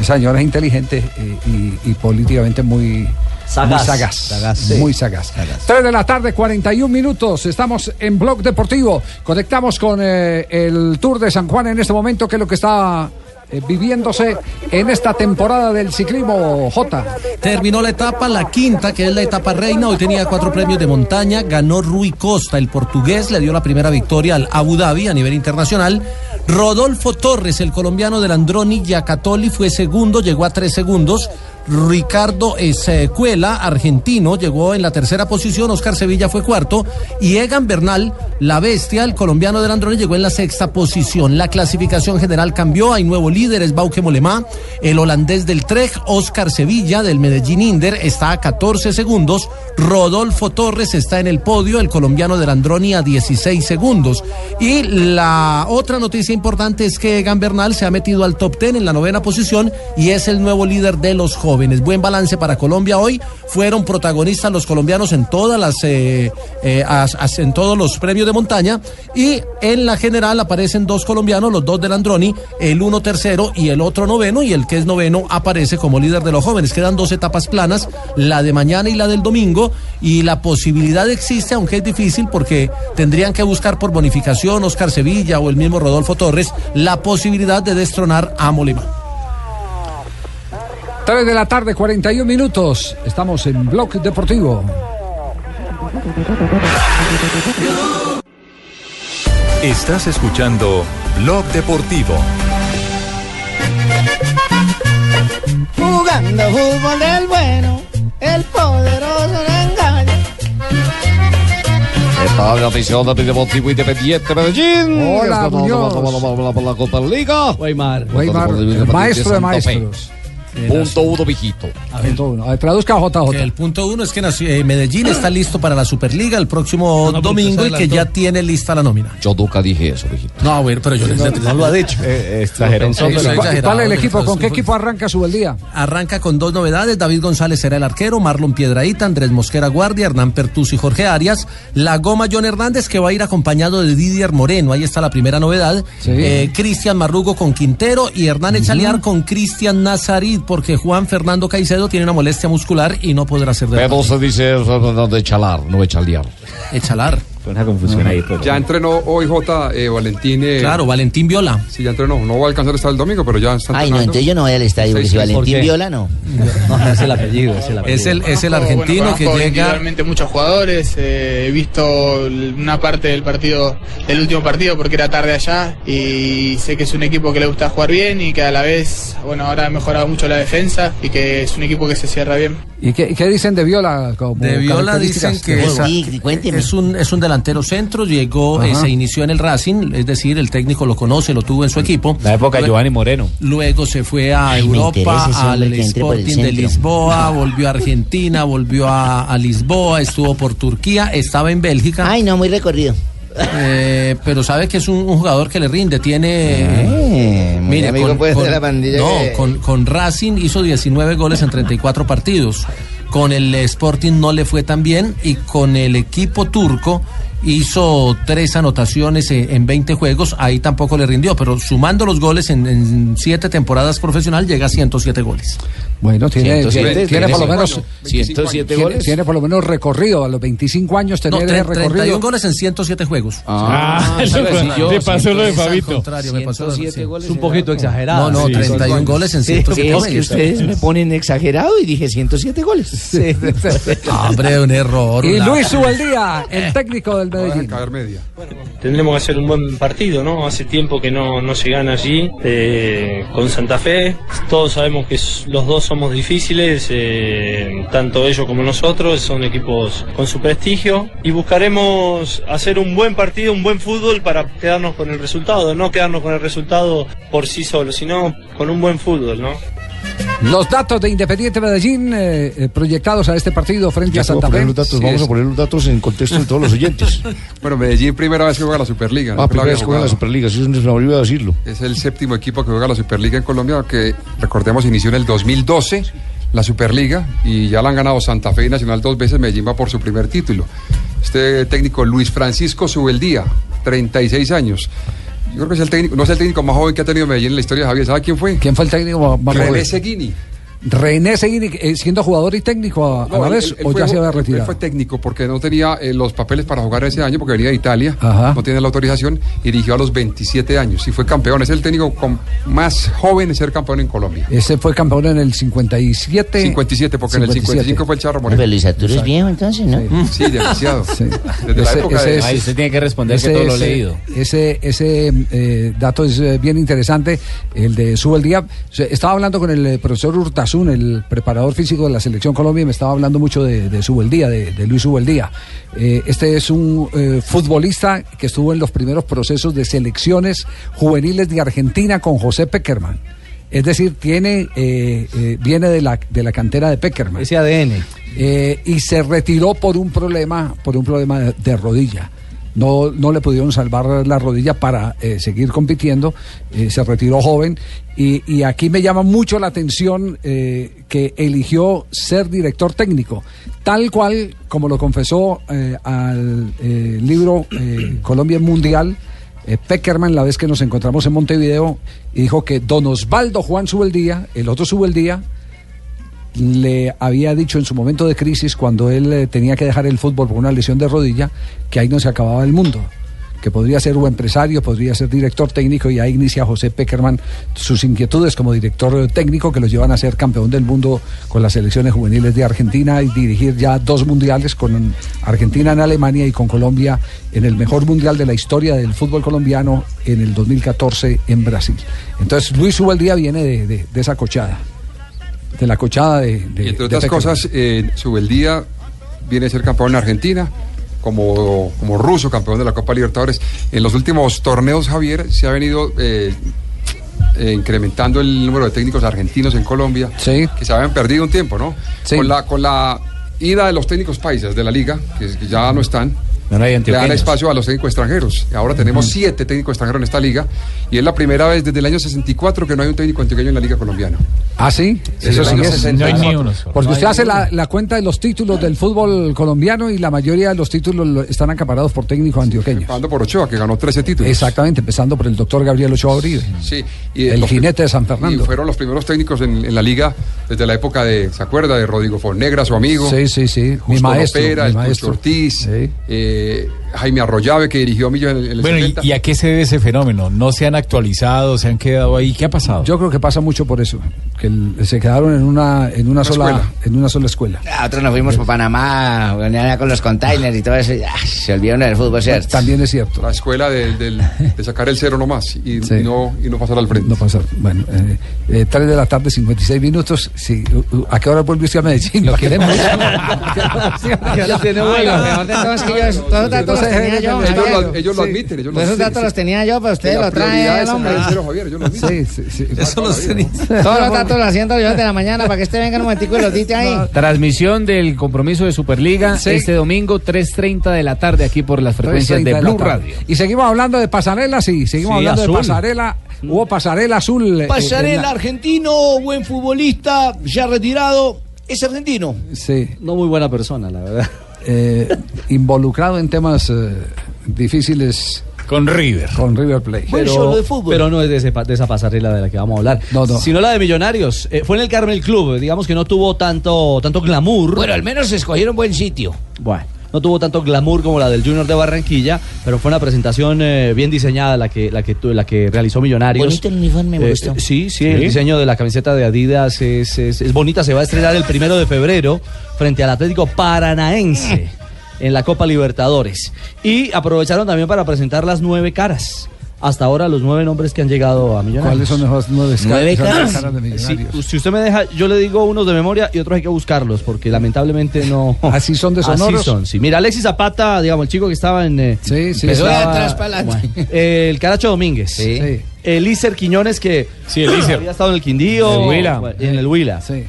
Speaker 2: Esa señora es inteligente eh, y, y políticamente muy
Speaker 9: Sagaz.
Speaker 2: muy sagaz.
Speaker 9: Sagaz, sí.
Speaker 2: Muy sagaz. 3 de la tarde, 41 minutos. Estamos en Blog Deportivo. Conectamos con eh, el Tour de San Juan en este momento, que es lo que está eh, viviéndose en esta temporada del ciclismo J.
Speaker 7: Terminó la etapa, la quinta, que es la etapa reina. Hoy tenía cuatro premios de montaña. Ganó Rui Costa, el portugués, le dio la primera victoria al Abu Dhabi a nivel internacional. Rodolfo Torres, el colombiano del Androni Giacatoli, fue segundo, llegó a tres segundos. Ricardo Escuela, argentino, llegó en la tercera posición. Oscar Sevilla fue cuarto. Y Egan Bernal, la bestia, el colombiano del Androni, llegó en la sexta posición. La clasificación general cambió. Hay nuevo líder, es Bauke Molemá. El holandés del Trek, Oscar Sevilla, del Medellín Inder, está a 14 segundos. Rodolfo Torres está en el podio, el colombiano del Androni a 16 segundos. Y la otra noticia importante es que Egan Bernal se ha metido al top 10 en la novena posición y es el nuevo líder de los jóvenes. Buen balance para Colombia hoy. Fueron protagonistas los colombianos en todas las eh, eh, as- as- en todos los premios de montaña y en la general aparecen dos colombianos, los dos del Androni, el uno tercero y el otro noveno y el que es noveno aparece como líder de los jóvenes. Quedan dos etapas planas, la de mañana y la del domingo y la posibilidad existe, aunque es difícil porque tendrían que buscar por bonificación Oscar Sevilla o el mismo Rodolfo Torres la posibilidad de destronar a Molima.
Speaker 2: 3 de la tarde, 41 minutos. Estamos en Blog Deportivo.
Speaker 14: Estás escuchando Blog Deportivo.
Speaker 1: Jugando fútbol del bueno, el poderoso no engaña.
Speaker 16: Está la afición del Deportivo Independiente Medellín.
Speaker 2: Hola,
Speaker 16: Está tomando,
Speaker 2: Muñoz.
Speaker 16: tomando, tomando, tomando la Copa de la Liga. Weimar.
Speaker 2: Weimar, el maestro de maestros.
Speaker 16: Punto uno, viejito.
Speaker 2: Punto uno. A ver, Traduzca a JJ.
Speaker 7: Que el punto uno es que nació- eh, Medellín está listo para la Superliga el próximo
Speaker 2: No, no, porque
Speaker 7: domingo
Speaker 2: se
Speaker 7: y que ya
Speaker 2: adelantó.
Speaker 7: tiene lista la nómina.
Speaker 16: Yo nunca dije eso, viejito.
Speaker 7: No, bueno, pero yo no, no lo ha
Speaker 2: Eh,
Speaker 7: dicho.
Speaker 16: exageró.
Speaker 7: Lo pensó, pero
Speaker 2: ¿Y
Speaker 7: exagerado,
Speaker 2: cuál- ¿Cuál es el
Speaker 7: lo
Speaker 2: equipo?
Speaker 7: pensó,
Speaker 2: ¿Con qué equipo arranca su día?
Speaker 7: Arranca con dos novedades. David González será el arquero, Marlon Piedraíta, Andrés Mosquera Guardia, Hernán Pertus y Jorge Arias. La goma John Hernández que va a ir acompañado de Didier Moreno. Ahí está la primera novedad.
Speaker 2: Sí.
Speaker 7: Eh, Cristian Marrugo con Quintero y Hernán Echaliar con Cristian Nazarit porque Juan Fernando Caicedo tiene una molestia muscular y no podrá ser de
Speaker 16: Pero se dice eso, no, de chalar, no de chalear.
Speaker 7: Echalar.
Speaker 16: Una confusión ahí.
Speaker 15: Ya entrenó hoy J. eh, Valentín. eh,
Speaker 7: Claro, Valentín Viola.
Speaker 15: Sí, ya entrenó. No va a alcanzar hasta el domingo, pero ya está
Speaker 5: Ay, no,
Speaker 15: entrenando.
Speaker 5: entonces yo no voy al estadio, porque
Speaker 15: Sí,
Speaker 5: si
Speaker 15: sí. ¿Por
Speaker 5: Valentín
Speaker 15: qué?
Speaker 5: viola, no.
Speaker 7: es el apellido, es el apellido. Ah, Es el, argentino
Speaker 10: Bueno,
Speaker 7: que
Speaker 10: conozco
Speaker 7: llega.
Speaker 10: individualmente muchos jugadores, eh, he visto l- una parte del partido, del último partido, porque era tarde allá, y sé que es un equipo que le gusta jugar bien y que a la vez, bueno, ahora ha mejorado mucho la defensa y que es un equipo que se cierra bien.
Speaker 2: ¿Y qué, y qué dicen de Viola? como
Speaker 7: De Viola
Speaker 2: características
Speaker 7: dicen
Speaker 2: de
Speaker 7: que,
Speaker 2: juego?
Speaker 7: esa- que es, un, es un delantero centro, llegó, eh,
Speaker 2: Ajá.
Speaker 7: se inició en el Racing, es decir, el técnico lo conoce, lo tuvo en su equipo.
Speaker 3: La época de Giovanni Moreno.
Speaker 7: Luego se fue a
Speaker 3: Ay, me interesa
Speaker 7: Europa,
Speaker 3: ese hombre
Speaker 7: al
Speaker 3: que entre por el
Speaker 7: Sporting de
Speaker 3: centro.
Speaker 7: Lisboa, volvió a Argentina, volvió a, a Lisboa, estuvo por Turquía, estaba en Bélgica. Ay,
Speaker 5: no, muy recorrido.
Speaker 7: Eh, pero sabe que es un, un jugador que le rinde,
Speaker 3: Ah.
Speaker 7: tiene...
Speaker 11: Eh, muy amigo puede ser la pandilla
Speaker 7: no,
Speaker 11: que-
Speaker 7: con, con Racing hizo 19 goles en 34 partidos. Con el Sporting no le fue tan bien y con el equipo turco hizo tres anotaciones eh, en 20 juegos, ahí tampoco le rindió, pero sumando los goles en, en siete temporadas profesional llega a 107 goles.
Speaker 2: Bueno, tiene,
Speaker 7: 107,
Speaker 2: tiene, tiene por lo
Speaker 7: tiene
Speaker 2: menos.
Speaker 7: 107
Speaker 2: tiene-
Speaker 7: goles.
Speaker 2: Tiene por lo menos recorrido a los 25 años
Speaker 7: No,
Speaker 2: tener
Speaker 7: tre-
Speaker 2: ese
Speaker 7: 31
Speaker 2: recorrido.
Speaker 7: goles en 107 juegos.
Speaker 2: Ah, eso fue- te pasó lo de Fabito.
Speaker 9: Es un poquito exagerado.
Speaker 7: No, no,
Speaker 9: Sí,
Speaker 7: 31
Speaker 9: son
Speaker 7: goles en
Speaker 9: Sí,
Speaker 7: 107
Speaker 9: es
Speaker 7: goles.
Speaker 9: que ustedes me
Speaker 11: ponen exagerado y dije 107 goles.
Speaker 7: Hombre, un error.
Speaker 2: Y
Speaker 7: una-
Speaker 2: Luis Ubaldía,
Speaker 15: Eh.
Speaker 2: el técnico del Medellín.
Speaker 23: Tendremos que hacer un buen partido, ¿no? Hace tiempo que no, no se gana allí eh, con Santa Fe. Todos sabemos que s- los dos somos difíciles, eh, tanto ellos como nosotros, son equipos con su prestigio. Y buscaremos hacer un buen partido, un buen fútbol para quedarnos con el resultado, no quedarnos con el resultado por sí solo, sino con un buen fútbol, ¿no?
Speaker 2: Los datos de Independiente Medellín eh, eh, proyectados a este partido frente
Speaker 18: Ya
Speaker 2: a
Speaker 18: se va a
Speaker 2: Santa
Speaker 18: poner
Speaker 2: Fe.
Speaker 18: los datos,
Speaker 2: Sí,
Speaker 18: vamos
Speaker 2: es-
Speaker 18: a poner los datos en contexto de todos los oyentes.
Speaker 15: Bueno, Medellín primera vez que juega la Superliga.
Speaker 18: Ah, primera vez que juega la
Speaker 15: Superliga.
Speaker 18: Superliga, eso es una olvidado decirlo.
Speaker 15: Es el séptimo equipo que juega la Superliga en Colombia, que recordemos inició en el 2012 la Superliga y ya la han ganado Santa Fe y Nacional dos veces. Medellín va por su primer título. Este técnico Luis Francisco Subeldía, 36 años. Yo creo que es el técnico, no es el técnico más joven que ha tenido Medellín en la historia, Javier. ¿Sabe quién fue?
Speaker 2: ¿Quién fue el técnico más
Speaker 15: René
Speaker 2: joven?
Speaker 15: Seguini.
Speaker 2: René Seguini, eh, siendo jugador y técnico a, a
Speaker 15: No,
Speaker 2: la
Speaker 15: él-
Speaker 2: vez,
Speaker 15: él- él
Speaker 2: o
Speaker 15: fue
Speaker 2: ya se
Speaker 15: ju-
Speaker 2: había
Speaker 15: él- él
Speaker 2: retirado.
Speaker 15: fue técnico porque no tenía eh, los papeles para jugar ese año porque venía de Italia,
Speaker 2: Ajá.
Speaker 15: no tenía la autorización y dirigió a los 27 años y fue campeón. Es el técnico con- más joven en ser campeón en Colombia.
Speaker 2: Ese fue campeón en el 57.
Speaker 15: 57, porque en el 55 fue el Charro Moreno.
Speaker 5: Pero Luis Arturo es viejo entonces, ¿no?
Speaker 15: Sí, demasiado. Desde la
Speaker 2: Ese-
Speaker 15: época
Speaker 2: ese
Speaker 15: de...
Speaker 2: es- eh,
Speaker 3: Ay, usted tiene que responder que todo lo leído.
Speaker 2: Ese, ese eh, dato es eh, bien interesante, el de Sube el Día. Se- Estaba hablando con el eh, profesor Urtasun, el preparador físico de la Selección Colombia, y me estaba hablando mucho de, de Sube el Día, de, de Luis Sube el Día. Eh, este es un eh, futbolista que estuvo en los primeros procesos de selecciones juveniles de Argentina con José Peckerman. Es decir, tiene, eh, eh, viene de la, de la cantera de Peckerman. Ese
Speaker 9: ADN.
Speaker 2: y se retiró por un problema, por un problema de, de rodilla. No, no le pudieron salvar la rodilla para eh, seguir compitiendo. eh, se retiró joven. Y, y aquí me llama mucho la atención eh, que eligió ser director técnico. Tal cual, como lo confesó eh, al eh, libro eh, Colombia Mundial, eh, Peckerman la vez que nos encontramos en Montevideo y dijo que Don Osvaldo Juan Subeldía, el otro Subeldía, le había dicho en su momento de crisis cuando él eh, tenía que dejar el fútbol por una lesión de rodilla que ahí no se acababa el mundo que podría ser un empresario, podría ser director técnico y ahí inicia José Peckerman sus inquietudes como director técnico que los llevan a ser campeón del mundo con las selecciones juveniles de Argentina y dirigir ya dos mundiales con Argentina en Alemania y con Colombia en el mejor mundial de la historia del fútbol colombiano en el 2014 en Brasil. Entonces Luis Ubaldía viene de, de- de esa cochada, de la cochada de... de-
Speaker 15: Y entre
Speaker 2: de
Speaker 15: otras
Speaker 2: Peckerman.
Speaker 15: cosas, eh, Subeldía viene a ser campeón en Argentina, como, como ruso, campeón de la Copa Libertadores. En los últimos torneos, Javier, se ha venido eh, eh, incrementando el número de técnicos argentinos en Colombia, que se habían perdido un tiempo, ¿no? Con, la, con la ida de los técnicos paisas de la liga, que, que ya no están. Le dan
Speaker 18: antioqueños.
Speaker 15: espacio a los técnicos extranjeros. Ahora tenemos siete técnicos extranjeros en esta liga y es la primera vez desde el año 64 que no hay un técnico antioqueño en la liga colombiana.
Speaker 2: ¿Ah, sí?
Speaker 15: Sí, el año 64. No hay ni uno solo.
Speaker 2: Porque
Speaker 15: No
Speaker 2: usted
Speaker 15: hay
Speaker 2: hace
Speaker 15: ni
Speaker 2: la, la cuenta de los títulos del fútbol colombiano y la mayoría de los títulos lo- están acaparados por técnicos antioqueños.
Speaker 15: Empezando por Ochoa, que ganó 13 títulos.
Speaker 2: Exactamente, empezando por el doctor Gabriel Ochoa Uribe,
Speaker 15: Sí, y
Speaker 2: el
Speaker 15: los-
Speaker 2: jinete de San
Speaker 15: y
Speaker 2: Fernando.
Speaker 15: fueron los primeros técnicos en, en la liga desde la época de, ¿se acuerda? De Rodrigo Fornegra, su amigo.
Speaker 2: Sí, sí, sí, mi
Speaker 15: Justo
Speaker 2: maestro.
Speaker 15: Lopera,
Speaker 2: mi
Speaker 15: el
Speaker 2: maestro.
Speaker 15: Tucho Ortiz, eh, Jaime Arroyave, que dirigió a Millos en el, en el
Speaker 4: Bueno, ¿y,
Speaker 15: 70.
Speaker 4: y a qué se debe ese fenómeno? ¿No se han actualizado? ¿Se han quedado ahí? ¿Qué ha pasado?
Speaker 2: Yo creo que pasa mucho por eso, que el- se quedaron en una, en una,
Speaker 4: Una
Speaker 2: sola,
Speaker 4: escuela.
Speaker 2: en una sola escuela.
Speaker 11: Nosotros nos fuimos por Panamá, mañana con los containers y todo eso. y, ah, se olvidaron del fútbol, ¿cierto?
Speaker 2: También es cierto.
Speaker 15: La escuela de, del- de sacar el cero nomás y, y no, y no pasar al frente.
Speaker 2: No pasar. Bueno, eh, eh, 3 de la tarde, 56 minutos. Sí, u- u- ¿A qué hora vuelve usted a Medellín? Lo queremos.
Speaker 11: Entonces,
Speaker 5: los tenía yo.
Speaker 15: Ellos
Speaker 5: Javier.
Speaker 15: lo, ellos lo admiten, ellos lo
Speaker 5: Esos
Speaker 15: admiten.
Speaker 5: datos los tenía yo, pero ustedes
Speaker 15: La
Speaker 5: los
Speaker 15: prioridad
Speaker 5: traen
Speaker 15: es
Speaker 5: el hombre.
Speaker 15: San Pedro, Javier, yo lo admito.
Speaker 7: Eso los
Speaker 5: Todos los datos los haciendo yo de la mañana para que este venga en un momentico y los dite ahí.
Speaker 3: Transmisión del compromiso de Superliga
Speaker 2: Sí.
Speaker 3: este domingo 3.30 de la tarde aquí por las frecuencias
Speaker 2: 3:30
Speaker 3: de
Speaker 2: la
Speaker 3: Blue
Speaker 2: tarde.
Speaker 3: Radio.
Speaker 2: Y seguimos hablando de pasarelas, sí, seguimos
Speaker 3: Sí,
Speaker 2: hablando
Speaker 3: azul.
Speaker 2: de pasarela. Hubo pasarela azul. eh, en
Speaker 9: Pasarela
Speaker 2: la-
Speaker 9: argentino, buen futbolista, ya retirado. Es argentino.
Speaker 2: Sí.
Speaker 9: No muy buena persona, la verdad.
Speaker 2: eh, involucrado en temas eh, difíciles.
Speaker 4: Con River.
Speaker 2: Con River Plate.
Speaker 9: pero no es de, ese pa- de esa pasarela de la que vamos a hablar.
Speaker 2: no.
Speaker 9: Sino la de Millonarios. Eh, fue en el Carmel Club. Digamos que no tuvo tanto, tanto glamour. Bueno, al menos escogieron buen sitio. Bueno. No tuvo tanto glamour como la del Junior de Barranquilla, pero fue una presentación eh, bien diseñada la que, la, que, tu- la que realizó Millonarios.
Speaker 5: Bonito el uniforme, me
Speaker 9: Eh,
Speaker 5: gustó.
Speaker 9: sí, sí, el diseño de la camiseta de Adidas es, es- es bonita. Se va a estrenar el primero de febrero frente al Atlético Paranaense
Speaker 5: Ah.
Speaker 9: en la Copa Libertadores. Y aprovecharon también para presentar las nueve caras. Hasta ahora los nueve nombres que han llegado a
Speaker 2: ¿Cuáles
Speaker 9: Millonarios.
Speaker 2: son los nueve, esca-
Speaker 9: Nueve
Speaker 2: son las
Speaker 9: caras.
Speaker 2: de
Speaker 9: Sí,
Speaker 2: Millonarios?
Speaker 9: u- si usted me deja, yo le digo unos de memoria y otros hay que buscarlos, porque lamentablemente no.
Speaker 2: Así son de sonoros.
Speaker 9: Así son, sí. Mira, Alexis Zapata, digamos, el chico que estaba en. eh,
Speaker 2: sí.
Speaker 9: empezó
Speaker 2: Empezó de
Speaker 9: a-
Speaker 2: atrás para adelante.
Speaker 9: bueno. Eh, el Caracho Domínguez.
Speaker 2: Sí.
Speaker 9: Elícer Quiñones, que
Speaker 4: sí, Elícer.
Speaker 9: había estado en el Quindío.
Speaker 4: En el Huila.
Speaker 9: bueno, En el Huila.
Speaker 2: Sí.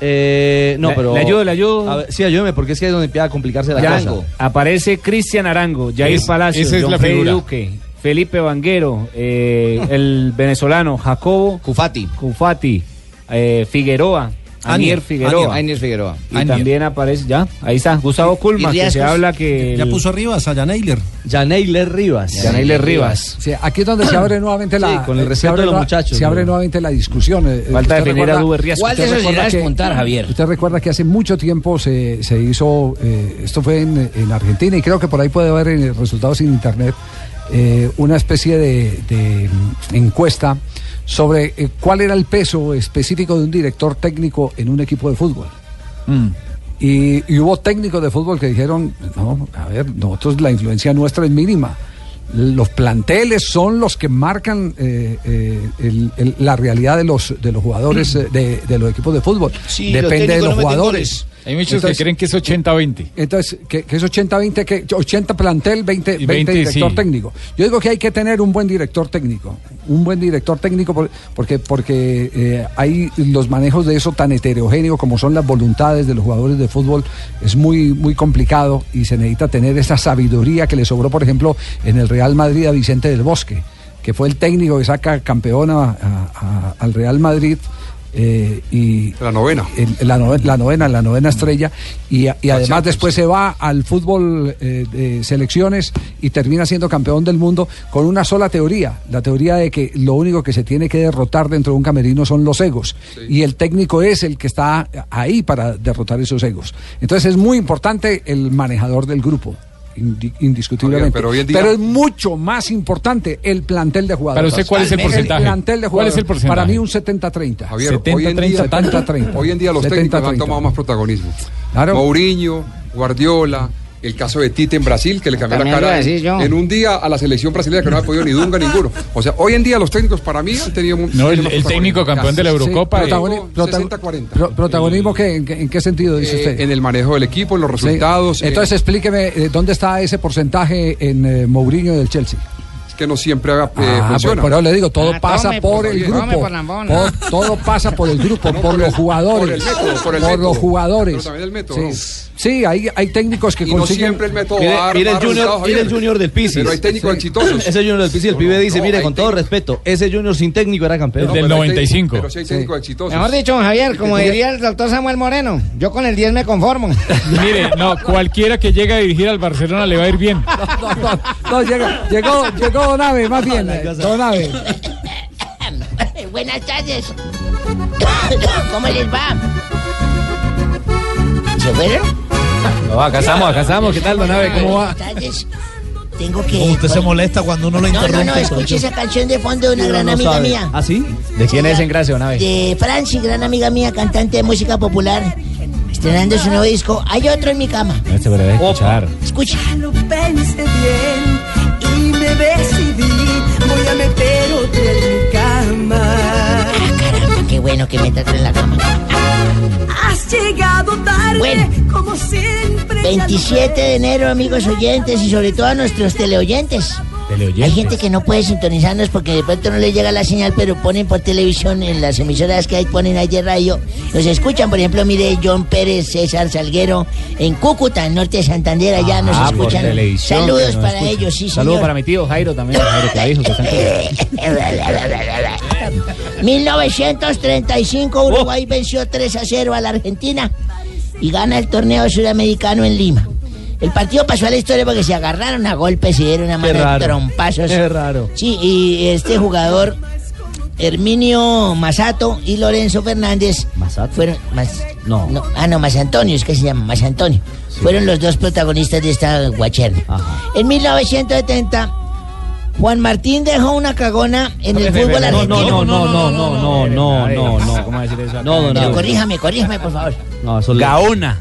Speaker 9: Eh, no,
Speaker 3: Le-
Speaker 9: pero.
Speaker 3: le ayudo, le ayudo.
Speaker 9: A ver, sí, ayúdeme, porque es que es donde empieza a complicarse la
Speaker 3: Ya
Speaker 9: cosa.
Speaker 3: aparece Cristian Arango, Jair
Speaker 9: Es-
Speaker 3: Palacios,
Speaker 9: esa es
Speaker 3: John
Speaker 9: la
Speaker 3: Freddy
Speaker 9: figura.
Speaker 3: Duque, Felipe Vanguero, eh, el venezolano Jacobo Cufati, Cufati eh, Figueroa, Anier Figueroa.
Speaker 11: Anier Figueroa.
Speaker 3: Y también aparece, ya, ahí está, Gustavo Culma, que
Speaker 2: pues,
Speaker 3: se habla que...
Speaker 7: Ya
Speaker 3: el-
Speaker 7: puso Rivas a Janeiler.
Speaker 9: Janeiler Rivas.
Speaker 3: Yaneiler Rivas.
Speaker 2: Sí, aquí es donde se abre nuevamente la. eh,
Speaker 9: Sí, con el
Speaker 2: se
Speaker 9: respeto
Speaker 2: abre
Speaker 9: de los
Speaker 2: la-
Speaker 9: muchachos,
Speaker 2: Se abre
Speaker 9: ¿no?
Speaker 2: nuevamente la discusión. eh,
Speaker 3: Falta
Speaker 2: usted
Speaker 3: definir a
Speaker 2: recuerda-
Speaker 3: Dube Riasco. ¿Cuál de
Speaker 2: usted
Speaker 3: esos
Speaker 2: recuerda
Speaker 3: irá a
Speaker 2: que-
Speaker 3: desmontar, Javier?
Speaker 2: Usted recuerda que hace mucho tiempo se, se hizo. eh, esto fue en, en Argentina y creo que por ahí puede haber eh, resultados en internet. eh, una especie de, de, mm, encuesta sobre eh, cuál era el peso específico de un director técnico en un equipo de fútbol.
Speaker 16: Mm.
Speaker 2: Y, y hubo técnicos de fútbol que dijeron, no, a ver, nosotros la influencia nuestra es mínima. Los planteles son los que marcan eh, eh, el- el- la realidad de los de los jugadores eh, de, de los equipos de fútbol.
Speaker 4: Sí, los
Speaker 2: Depende de
Speaker 4: técnicos
Speaker 2: los
Speaker 4: no meten
Speaker 2: jugadores.
Speaker 4: goles. Hay muchos que creen que es
Speaker 2: 80-20. Entonces, que, que es 80-20, que 80 plantel, 20, 20,
Speaker 4: 20,
Speaker 2: director
Speaker 4: sí.
Speaker 2: técnico. Yo digo que hay que tener un buen director técnico. Un buen director técnico por- porque, porque eh, hay los manejos de eso tan heterogéneo como son las voluntades de los jugadores de fútbol. Es muy, muy complicado y se necesita tener esa sabiduría que le sobró, por ejemplo, en el Real Madrid a Vicente del Bosque, que fue el técnico que saca campeón a- a- a- al Real Madrid. eh, y
Speaker 15: La novena.
Speaker 2: el- la, nove- la novena, la novena estrella, y, a- y además después se va al fútbol eh, de selecciones y termina siendo campeón del mundo con una sola teoría, la teoría de que lo único que se tiene que derrotar dentro de un camerino son los egos, y el técnico es el que está ahí para derrotar esos egos. Entonces es muy importante el manejador del grupo. indi- Indiscutiblemente.
Speaker 15: Javier, pero hoy en día-
Speaker 2: es mucho más importante el plantel de
Speaker 4: Para
Speaker 2: jugadores.
Speaker 4: usted, ¿cuál es el porcentaje?
Speaker 2: plantel
Speaker 4: ¿Cuál
Speaker 2: de
Speaker 4: es
Speaker 2: jugadores.
Speaker 4: el porcentaje?
Speaker 2: Para mí, un 70-30.
Speaker 15: Javier, hoy, en día,
Speaker 2: 70-30.
Speaker 15: hoy en día los técnicos
Speaker 2: 70-30.
Speaker 15: han tomado más protagonismo.
Speaker 2: Claro.
Speaker 15: Mourinho, Guardiola, el caso de Tite en Brasil, que le cambió la
Speaker 11: También lo
Speaker 15: cara
Speaker 11: voy a decir yo.
Speaker 15: en un día a la selección brasileña que no ha podido ni Dunga ninguno. O sea, hoy en día los técnicos para mí han tenido un
Speaker 4: No, el-
Speaker 15: tienen más
Speaker 4: el técnico campeón de la Eurocopa,
Speaker 15: Sí,
Speaker 4: eh,
Speaker 15: protagoni- prota- 60-40.
Speaker 2: Pro- ¿Protagonismo que, en, qué- en qué sentido dice
Speaker 15: Eh,
Speaker 2: usted?
Speaker 15: en el manejo del equipo, en los
Speaker 2: Sí.
Speaker 15: resultados. eh,
Speaker 2: Entonces explíqueme eh, dónde está ese porcentaje en eh, Mourinho del Chelsea.
Speaker 15: es que no siempre haga, eh,
Speaker 2: Ah,
Speaker 15: funciona.
Speaker 2: por, por eso le digo, todo
Speaker 15: Ah,
Speaker 2: pasa
Speaker 15: tome,
Speaker 2: por
Speaker 15: pues,
Speaker 2: el
Speaker 15: oye,
Speaker 2: grupo.
Speaker 15: tome, Palambona.
Speaker 2: Por- todo pasa por el grupo, por, los jugadores.
Speaker 15: por el método, por el método.
Speaker 2: los jugadores.
Speaker 15: Pero también el método.
Speaker 2: Sí, Sí, hay, hay técnicos que
Speaker 15: Y no
Speaker 2: consiguen.
Speaker 15: siempre el método va a dar-
Speaker 9: Mira el
Speaker 15: va a dar
Speaker 9: Junior,
Speaker 15: resultados,
Speaker 9: mira el
Speaker 15: Javier.
Speaker 9: junior del Pisis.
Speaker 15: Pero hay técnicos exitosos.
Speaker 9: Ese Junior del Pisis, el pibe dice, mire, con todo respeto, ese Junior sin técnico era campeón.
Speaker 15: No, pero hay técnicos- Pero sí hay técnicos exitosos.
Speaker 5: Mejor dicho, don Javier, como diría el doctor Samuel Moreno, yo con el 10 me conformo.
Speaker 4: Mire, no, cualquiera que llegue a dirigir al Barcelona le va a ir bien.
Speaker 2: No, llega- llegó, llegó Don Ave, más bien. eh, Don Ave.
Speaker 5: Eh,
Speaker 6: Buenas tardes. ¿Cómo les va?
Speaker 5: ¿Se fueron?
Speaker 3: No, acá estamos, acá estamos. ¿Qué tal, don Abe? ¿Cómo va?
Speaker 5: Buenas tardes. Tengo que.
Speaker 12: Como usted se molesta cuando uno lo
Speaker 5: No, no, no,
Speaker 12: interrumpe.
Speaker 5: escuche esa canción de fondo de una gran amiga mía.
Speaker 9: ¿Ah, sí?
Speaker 3: ¿De quién es en gracia, don Abe?
Speaker 5: De Franci, gran amiga mía, cantante de música popular. Estrenando su nuevo disco. Hay otro en mi cama.
Speaker 3: Este breve escuchar.
Speaker 5: Escucha.
Speaker 6: Lo pensé bien y me decidí. Voy a meter otra en mi cama.
Speaker 5: Qué bueno que me tratan en la cama.
Speaker 6: Has llegado tarde,
Speaker 5: Bueno.
Speaker 6: como siempre.
Speaker 13: 27 de enero, amigos oyentes, y sobre todo a nuestros teleoyentes. Hay gente que no puede sintonizarnos porque de pronto no les llega la señal, pero ponen por televisión en las emisoras que hay, ponen ahí de radio. Nos escuchan, por ejemplo, mire John Pérez, César Salguero, en Cúcuta, en norte de Santander, allá nos
Speaker 3: Ah, por
Speaker 13: escuchan.
Speaker 3: televisión,
Speaker 13: Saludos
Speaker 3: que nos
Speaker 13: para
Speaker 3: escuchan.
Speaker 13: ellos, sí,
Speaker 3: Saludos
Speaker 13: señor.
Speaker 3: para mi tío Jairo también, Jairo Clavijo, que está en Colombia. Oh.
Speaker 13: 1935 Uruguay venció 3 a 0 a la Argentina y gana el torneo sudamericano en Lima. El partido pasó a la historia porque se agarraron a golpes y dieron una mano de
Speaker 9: raro.
Speaker 13: trompazos.
Speaker 9: Qué raro.
Speaker 13: Sí, y este jugador, Herminio Masato y Lorenzo Fernández, fueron. Mas-
Speaker 9: No.
Speaker 13: no, ah, no, Más Antonio, es que se llama Más Antonio. Fueron los dos protagonistas de esta guacherna. En 1970, Juan Martín dejó una cagona en el fútbol
Speaker 9: No, no, no,
Speaker 13: argentino.
Speaker 9: no, no, no, Oh, no, no, no. ¿Cómo decir eso? No, don
Speaker 13: Pero
Speaker 9: Raúl.
Speaker 13: corríjame, corríjame, por favor.
Speaker 9: No, eso es lo-
Speaker 3: Gaona.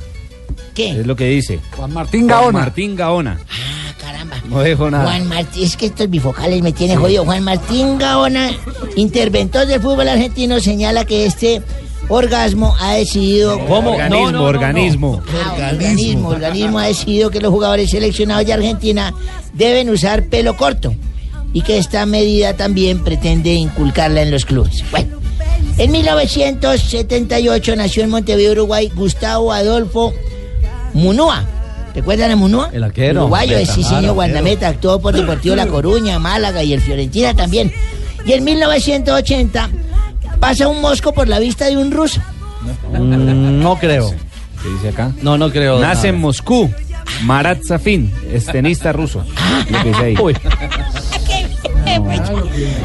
Speaker 13: ¿Qué?
Speaker 3: Es lo que dice. Juan
Speaker 2: Martín
Speaker 3: Gaona. Martín Gaona. Ah,
Speaker 13: caramba.
Speaker 3: No dejo nada.
Speaker 13: Juan Martín, es que estos bifocales me tienen jodido. Juan Martín Gaona, interventor del fútbol argentino, señala que este orgasmo ha decidido.
Speaker 3: ¿Cómo? Organismo, No, no, no, no. organismo.
Speaker 13: Ah, organismo. Organismo ha decidido que los jugadores seleccionados de Argentina deben usar pelo corto y que esta medida también pretende inculcarla en los clubes. Bueno, en 1978 nació en Montevideo, Uruguay, Gustavo Adolfo Munúa. ¿Recuerdan a Munúa?
Speaker 9: El arquero.
Speaker 13: Uruguayo,
Speaker 9: Meta.
Speaker 13: sí,
Speaker 9: Ah, el
Speaker 13: señor Guardameta, actuó por Deportivo La Coruña, Málaga y el Fiorentina también. Y en 1980 pasa un mosco por la vista de un ruso.
Speaker 9: Mm, No creo.
Speaker 3: ¿Qué dice acá?
Speaker 9: No, no creo.
Speaker 3: Nace en Moscú. Marat Safin, estenista ruso.
Speaker 13: Ah.
Speaker 3: Lo que dice ahí.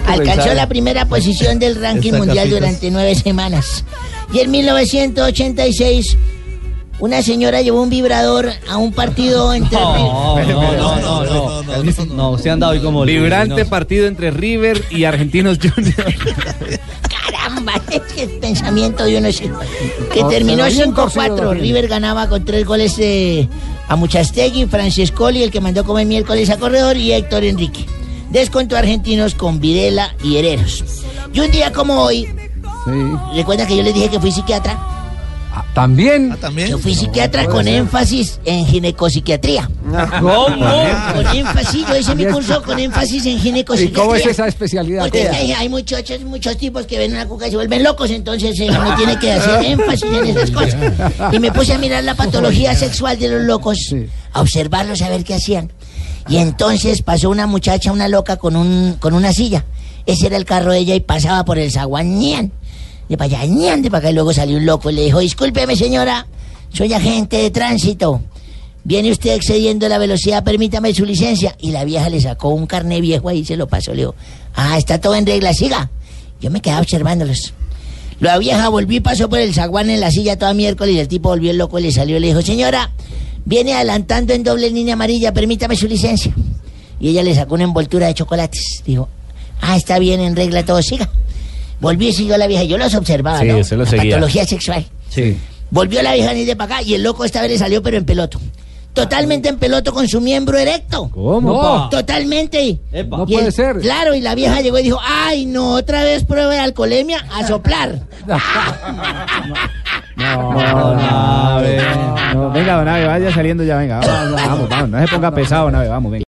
Speaker 13: Alcanzó
Speaker 3: pensar.
Speaker 13: la primera posición del ranking
Speaker 3: Esta
Speaker 13: mundial
Speaker 3: capita es-
Speaker 13: durante nueve semanas. Y en 1986, una señora llevó un vibrador a un partido entre...
Speaker 9: No, no, no, no, no, no, no, se han dado hoy como
Speaker 3: Vibrante partido entre River y Argentinos Juniors.
Speaker 13: Caramba, es que el pensamiento de uno es- que
Speaker 3: No,
Speaker 13: terminó
Speaker 3: se lo vi
Speaker 13: 5-4.
Speaker 3: torcido, David.
Speaker 13: River ganaba con tres goles de a Muchastegui, Francescoli, el que mandó comer miércoles a corredor, y Héctor Enrique. Descontó a argentinos con Videla y Hereros. Y un día como hoy, ¿recuerdan que yo les dije que fui psiquiatra?
Speaker 2: Ah, También.
Speaker 13: Yo fui psiquiatra
Speaker 2: puede
Speaker 13: con
Speaker 2: ser.
Speaker 13: énfasis en ginecopsiquiatría.
Speaker 2: ¿Cómo?
Speaker 13: Con énfasis, yo hice mi curso con énfasis en
Speaker 2: ¿Y
Speaker 13: ginecopsiquiatría.
Speaker 2: cómo es esa especialidad?
Speaker 13: Porque es que hay, hay muchachos, muchos tipos que ven una cuca y se vuelven locos, entonces eh, uno tiene que hacer énfasis en esas cosas. Y me puse a mirar la patología sexual de los locos, a observarlos, a ver qué hacían. Y entonces pasó una muchacha, una loca, con, un, con una silla. Ese era el carro de ella y pasaba por el zaguán, ñan, de para allá, ñan, de para acá. Y luego salió un loco y le dijo, discúlpeme señora, soy agente de tránsito. Viene usted excediendo la velocidad, permítame su licencia. Y la vieja le sacó un carné viejo ahí y se lo pasó. Le dijo, ah, está todo en regla, siga. Yo me quedaba observándolos. La vieja volvió y pasó por el zaguán en la silla toda miércoles y el tipo volvió loco y le salió y le dijo, señora, viene adelantando en doble línea amarilla, permítame su licencia. Y ella le sacó una envoltura de chocolates. Dijo, ah, está bien, en regla todo, siga. Volvió y siguió la vieja. Yo los observaba,
Speaker 3: Sí,
Speaker 13: ¿no?
Speaker 3: usted los
Speaker 13: La
Speaker 3: seguía.
Speaker 13: patología sexual.
Speaker 3: Sí.
Speaker 13: Volvió la vieja ni de para acá y el loco esta vez le salió pero en peloto. Totalmente en peloto con su miembro erecto.
Speaker 3: ¿Cómo, pa?
Speaker 13: Totalmente.
Speaker 3: Epa. No
Speaker 13: Y
Speaker 3: puede ser.
Speaker 13: Claro, y la vieja llegó y dijo, ay, no, otra vez prueba de alcoholemia a soplar.
Speaker 3: No, Nave. No, venga, don Nave, vaya saliendo ya, venga. Vamos, vamos, vamos. No se ponga pesado, Nave, vamos, venga.